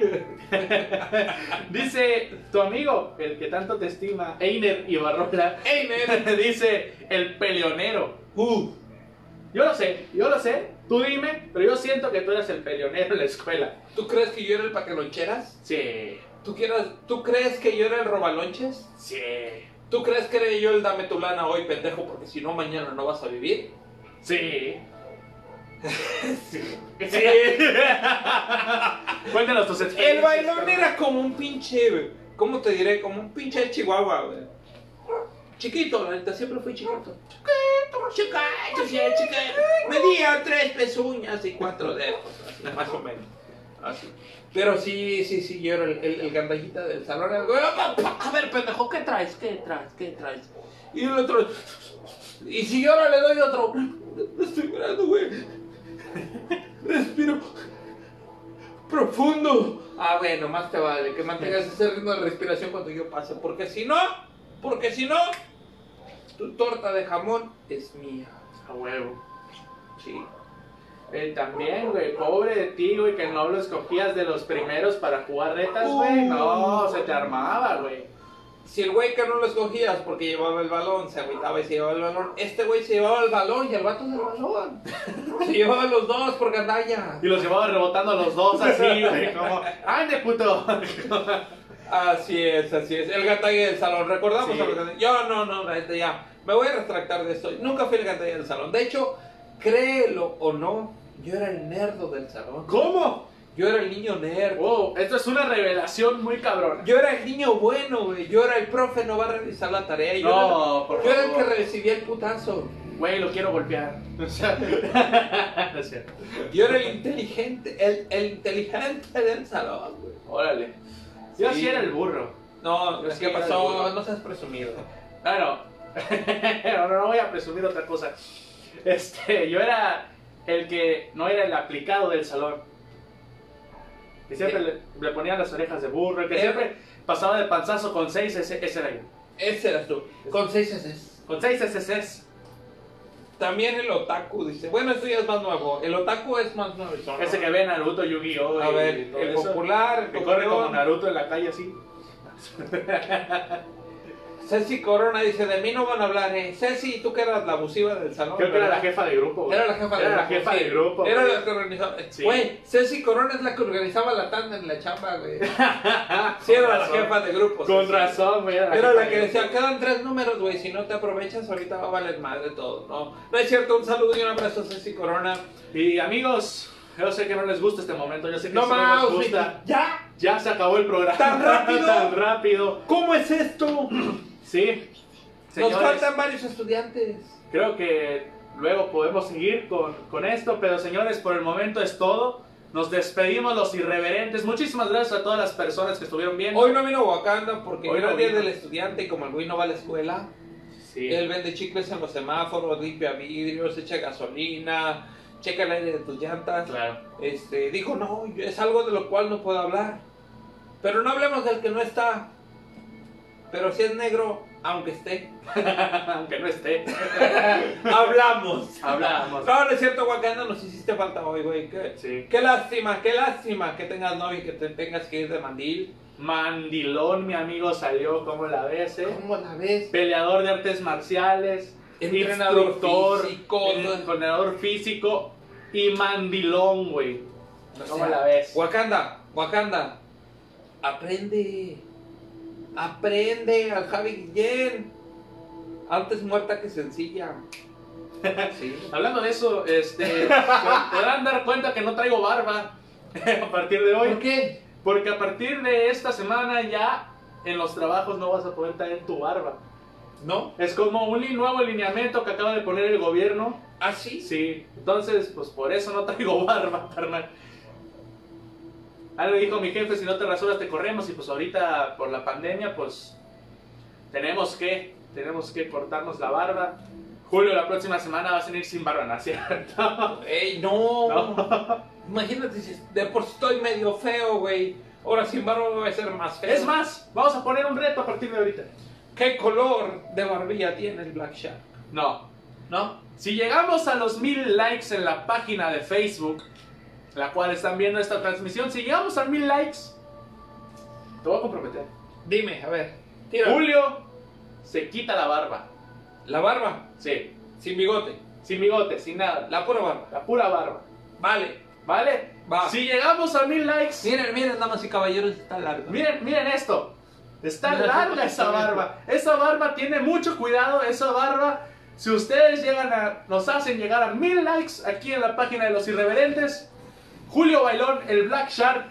E: Dice tu amigo, el que tanto te estima, Einer Ibarrola.
C: ¡Ey, men!
E: Dice el peleonero. Uh, yo lo sé, yo lo sé. Tú dime, pero yo siento que tú eres el peleonero en la escuela.
C: ¿Tú crees que yo era el paqueloncheras?
E: Sí,
C: ¿Tú, quieras, ¿Tú crees que yo era el robalonches?
E: sí,
C: ¿Tú crees que era yo el dame tu lana hoy, pendejo? Porque si no, mañana no vas a vivir.
E: sí.
C: Sí.
E: Cuéntanos tus
C: El
E: experiencias.
C: bailón era como un pinche, ¿cómo te diré? Como un pinche chihuahua, güey. Chiquito, la neta, siempre fui chiquito. Chiquito, chiquito, sí, chiquito. Medía tres pezuñas y cuatro dedos, así, más o menos. Así. Pero sí, sí, sí, yo era el, el, el gandallita del salón. el güey, "Opa, pa, A ver, pendejo, ¿qué traes? ¿Qué traes? ¿Qué traes? Y el otro, y si yo ahora le doy otro, me estoy mirando, güey. Respiro profundo. Ah, bueno, más te vale que mantengas ese ritmo de respiración cuando yo pase, porque si no, porque si no, tu torta de jamón es mía.
E: A huevo.
C: Sí.
E: Eh, también, güey, pobre de ti, güey, que no lo escogías de los primeros para jugar retas, güey. No, se te armaba, güey.
C: Si el güey que no lo escogías porque llevaba el balón, se agüitaba y se llevaba el balón, este güey se llevaba el balón y el vato del balón. Se llevaba los dos por gandalla.
E: Y los llevaba rebotando a los dos así, güey, como, ¡ande, puto!
C: Así es, así es. El gandalla del salón, recordamos
E: Sí.
C: a los gandallas. Yo no, no, la neta, ya. Me voy a retractar de esto. Nunca fui el gandalla del salón. De hecho, créelo o no, yo era el nerdo del salón.
E: ¿Cómo?
C: Yo era el niño nerd.
E: Wow, esto es una revelación muy cabrona.
C: Yo era el niño bueno, güey. Yo era el profe, no va a revisar la tarea. Yo,
E: No,
C: era,
E: por
C: yo era el
E: favor.
C: que recibía el putazo.
E: Güey, lo quiero golpear. O sea, no es cierto.
C: Yo era el inteligente, el, el inteligente del salón, güey.
E: Órale. Yo
C: Sí.
E: sí era el burro.
C: No,
E: Yo
C: es
E: sí
C: que
E: era el
C: pasó,
E: burro.
C: no seas presumido.
E: Claro. no, Ah, no voy a presumir otra cosa. Este, yo era el que no era el aplicado del salón. Que siempre le, le ponían las orejas de burro, que
C: Eh.
E: siempre pasaba de panzazo con seis ese, ese era yo.
C: Ese eras tú. Con seis heces.
E: Con seis SSS.
C: También el otaku, dice. Bueno, esto ya es más nuevo. El otaku es más nuevo. ¿no?
E: Ese que ve Naruto, Yu-Gi-Oh!
C: A
E: y
C: ver,
E: todo
C: el
E: eso.
C: popular,
E: Que
C: el
E: corre como
C: campeón.
E: Naruto en la calle así.
C: Ceci Corona dice, de mí no van a hablar, eh. Ceci, tú que eras la abusiva del salón.
E: Creo que era
C: ¿verdad?
E: la jefa de grupo. güey.
C: Era la jefa
E: Era
C: del
E: la
C: grupo.
E: jefa
C: sí.
E: de grupo.
C: Era
E: güey.
C: la que organizaba.
E: Sí.
C: Güey, Ceci Corona es la que organizaba la tanda en la chamba, güey. Sí, era la
E: razón.
C: jefa de grupo.
E: Con
C: Ceci.
E: razón, güey.
C: Era
E: jefa
C: la que
E: de
C: decía,
E: grupo.
C: quedan tres números, güey. Si no te aprovechas, ahorita va a valer madre todo, ¿no? No es cierto, un saludo y un abrazo a Ceci Corona.
E: Y amigos, yo sé que no les gusta este momento, yo sé que
C: No
E: sí no
C: más,
E: les gusta.
C: ya.
E: Ya se acabó el programa.
C: ¿Tan rápido?
E: Tan rápido.
C: ¿Cómo es esto?
E: Sí.
C: Nos
E: Señores,
C: faltan varios estudiantes.
E: creo que luego podemos seguir con, con esto, pero señores, por el momento es todo. Nos despedimos los irreverentes. Muchísimas gracias a todas las personas que estuvieron viendo.
C: Hoy no vino Wakanda porque
E: Hoy
C: era
E: no
C: día
E: vino.
C: del estudiante y como el güey no va a la escuela,
E: Sí.
C: él vende chicles en los semáforos, limpia vidrios, echa gasolina, checa el aire de tus llantas.
E: Claro.
C: Este, dijo, no, yo- es algo de lo cual no puedo hablar. Pero no hablemos del que no está. Pero si es negro, aunque esté,
E: Aunque no esté.
C: hablamos.
E: Hablamos.
C: No, no es cierto, Wakanda, nos hiciste falta hoy, güey. Qué,
E: Sí.
C: qué lástima, qué lástima que tengas novio y que te tengas que ir de mandil.
E: Mandilón, mi amigo, salió como la ves, eh?
C: ¿Cómo la ves?
E: peleador de artes marciales,
C: Entrenador
E: instructor,
C: físico,
E: eh,
C: ¿no?
E: entrenador físico y mandilón, güey.
C: No
E: ¿Cómo
C: sé.
E: la ves?
C: Wakanda, Wakanda, aprende. Aprende al Javi Guillén. Antes muerta que sencilla. Sí.
E: Hablando de eso, este, se podrán dar cuenta que no traigo barba a partir de hoy,
C: ¿Por qué?
E: porque a partir de esta semana ya en los trabajos no vas a poder traer tu barba.
C: ¿No?
E: Es como un li- nuevo lineamiento que acaba de poner el gobierno.
C: ¿Así?
E: Sí, entonces, pues por eso no traigo barba, carnal. Ah, le dijo mi jefe, si no te rasuras te corremos y pues ahorita por la pandemia, pues tenemos que, tenemos que cortarnos la barba. Julio, la próxima semana vas a venir sin barba, ¿no es cierto?
C: Ey, no.
E: No.
C: Imagínate si de por sí estoy medio feo, güey. Ahora sin barba voy a ser más feo.
E: Es más, vamos a poner un reto a partir de ahorita.
C: ¿Qué color de barbilla tiene el Black Shark?
E: No,
C: ¿No?
E: Si llegamos a los mil likes en la página de Facebook, la cual están viendo esta transmisión, si llegamos a mil likes, te voy a comprometer.
C: Dime, a ver. Tira.
E: Julio se quita la barba.
C: La barba,
E: Sí.
C: sin bigote.
E: Sin bigote, sin nada. La,
C: La pura barba.
E: la pura barba.
C: Vale.
E: ¿Vale?
C: Va.
E: Si llegamos a mil likes,
C: Miren, miren, damas y caballeros, está largo.
E: miren, miren esto. Está larga esa barba. Esa barba tiene mucho cuidado. Esa barba, si ustedes llegan a, nos hacen llegar a mil likes aquí en la página de los irreverentes, Julio Bailón, el Black Shark.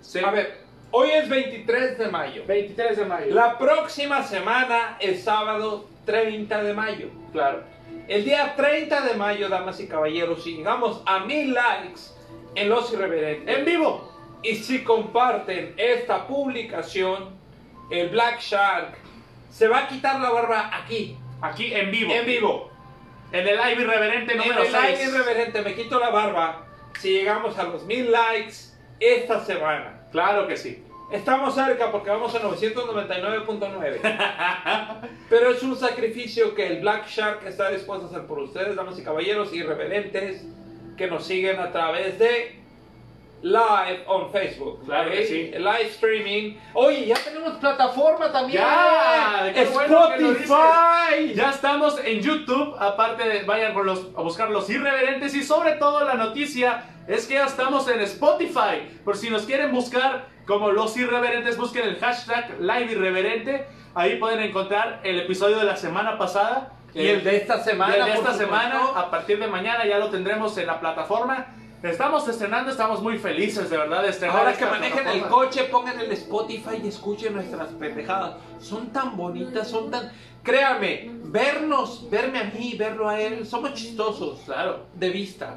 E: se-
C: A ver, hoy es 23 de mayo.
E: 23 de mayo.
C: La próxima semana es sábado 30 de mayo.
E: Claro.
C: El día 30 de mayo, damas y caballeros, si llegamos a mil likes en Los Irreverentes
E: En vivo.
C: y si comparten esta publicación, el Black Shark se va a quitar la barba aquí,
E: Aquí en vivo.
C: en vivo.
E: En el live irreverente
C: En
E: número
C: el live
E: 6.
C: irreverente me quito la barba si llegamos a los mil likes esta semana.
E: Claro que sí.
C: Estamos cerca porque vamos a 999.9. Pero es un sacrificio que el Black Shark está dispuesto a hacer por ustedes, damas y caballeros irreverentes que nos siguen a través de live on Facebook.
E: Claro que
C: ¿ok?
E: sí.
C: Live streaming. Oye, ya tenemos plataforma también. Eh,
E: Ya, qué bueno que lo dices.
C: Spotify.
E: Ya estamos en YouTube. Aparte, de- vayan por los, a buscar los irreverentes. Y sobre todo, la noticia es que ya estamos en Spotify. Por si nos quieren buscar como los irreverentes, busquen el hashtag live irreverente. Ahí pueden encontrar el episodio de la semana pasada.
C: y el de esta semana.
E: Desde
C: por
E: esta
C: supuesto.
E: semana, a partir de mañana, ya lo tendremos en la plataforma. Estamos estrenando, estamos muy felices de verdad de estrenar.
C: Ahora que
E: esta
C: manejen el
E: plataforma.
C: coche, pongan el Spotify y escuchen nuestras pendejadas. Son tan bonitas, son tan... Créame, vernos, verme a mí, verlo a él, somos chistosos
E: Claro.
C: de vista.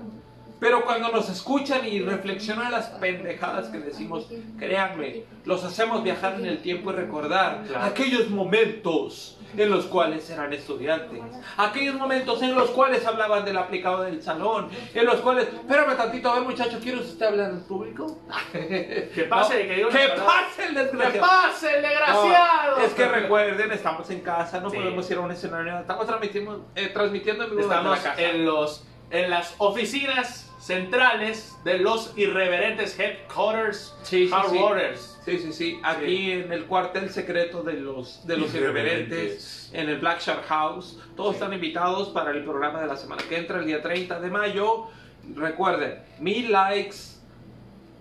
C: Pero cuando nos escuchan y reflexionan las pendejadas que decimos, créanme, los hacemos viajar en el tiempo y recordar
E: Claro.
C: aquellos momentos en los cuales eran estudiantes, aquellos momentos en los cuales hablaban del aplicado del salón, en los cuales, espérame tantito, a ver muchacho, ¿quiere usted hablar al público?
E: Que pase, que diga una
C: ¡Que
E: palabra.
C: pase el
E: ¡Que
C: desgraciado!
E: pase el desgraciado!
C: No, es que recuerden, estamos en casa, no
E: Sí.
C: podemos ir a un escenario, estamos transmitiendo, eh, transmitiendo en vivo desde
E: Estamos
C: la casa.
E: en, los, en las oficinas centrales de los irreverentes headquarters,
C: Sí, sí, sí.
E: headquarters.
C: Sí, sí, sí. Aquí en el cuartel secreto de los, de los irreverentes, en el Black Shark House. Todos están invitados para el programa de la semana que entra, el día 30 de mayo. Recuerden, mil likes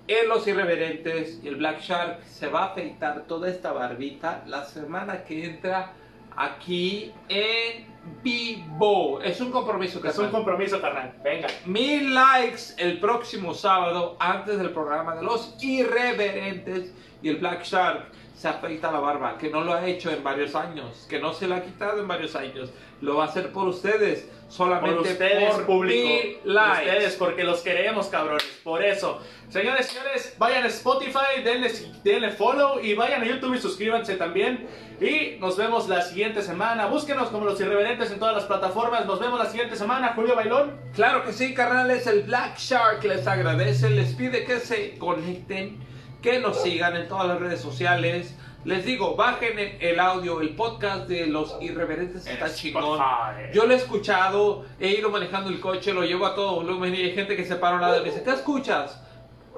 C: en los irreverentes y el Black Shark se va a afeitar toda esta barbita la semana que entra aquí en vivo. Es un compromiso que
E: Es un compromiso, carnal. Venga.
C: mil likes el próximo sábado antes del programa de los irreverentes y el Black Shark se afeita la barba, que no lo ha hecho en varios años, que no se la ha quitado en varios años, lo va a hacer por ustedes,
E: Por
C: solamente por,
E: ustedes, público.
C: mil
E: Por
C: likes.
E: Ustedes, porque los queremos, cabrones. Por eso. Señores, señores, vayan a Spotify, denle, denle follow y vayan a YouTube y suscríbanse también. Y nos vemos la siguiente semana. Búsquenos como los irreverentes en todas las plataformas. Nos vemos la siguiente semana. Julio Bailón.
C: Claro que sí, carnales, el Black Shark les agradece, les pide que se conecten, que nos sigan en todas las redes sociales. Les digo, bajen el- el audio, el podcast de los irreverentes está chingón.
E: Spotify.
C: Yo lo he escuchado, he ido manejando el coche, lo llevo a todo volumen y hay gente que se para a un lado y me dice, ¿qué escuchas?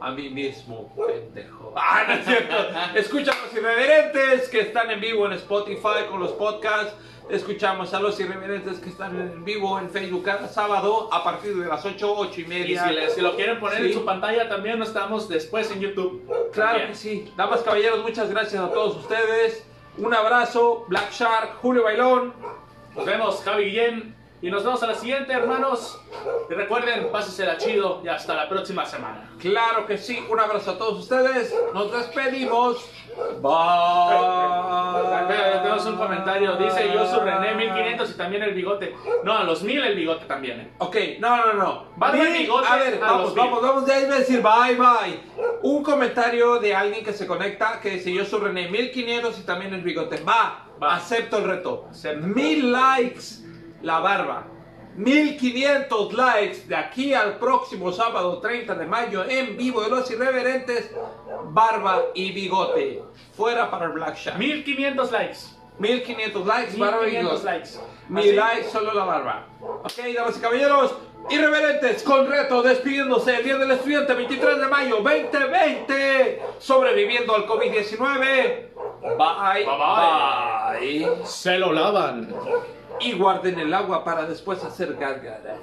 C: A mí mismo, pendejo. Ah, no es cierto. Escucha a los irreverentes que están en vivo en Spotify con los podcasts. Escuchamos a los irreverentes que están en vivo en Facebook cada sábado a partir de las 8, 8 y
E: Y
C: media.
E: si, le- si lo quieren poner
C: Sí.
E: en su pantalla también, no estamos después en YouTube.
C: Claro
E: También.
C: que sí. Damas, caballeros, muchas gracias a todos ustedes. Un abrazo, Black Shark, Julio Bailón.
E: Nos vemos, Javi Guillén. Y nos vemos a la siguiente, hermanos. Y recuerden, pásensela chido y hasta la próxima semana.
C: Claro que sí, un abrazo a todos ustedes, nos despedimos. Bye.
E: Acá Tenemos un comentario, dice yo su René 1500 y también el bigote. No, a los 1000 el bigote también. eh.
C: Ok, no, no, no.
E: Va de
C: Mil-
E: bigotes
C: a ver,
E: a
C: vamos,
E: los
C: vamos, vamos, ya iba a decir bye, bye. Un comentario de alguien que se conecta que dice yo soy René 1500 y también el bigote. Va,
E: Va.
C: acepto el reto.
E: Acepto.
C: Mil likes la barba. 1500 likes de aquí al próximo sábado 30 de mayo en vivo de los irreverentes, barba y bigote. Fuera para el Black Shark.
B: 1500 likes.
C: 1500 likes, barba y
B: 1500
C: bigote.
B: likes.
C: Mi
B: Así-
C: like, solo la barba. Ok, damas y caballeros, irreverentes, con reto, despidiéndose el Día del Estudiante, 23 de mayo 2020, sobreviviendo al COVID-19. Bye, bye,
I: Se lo lavan.
C: Y guarden el agua para después hacer gárgaras.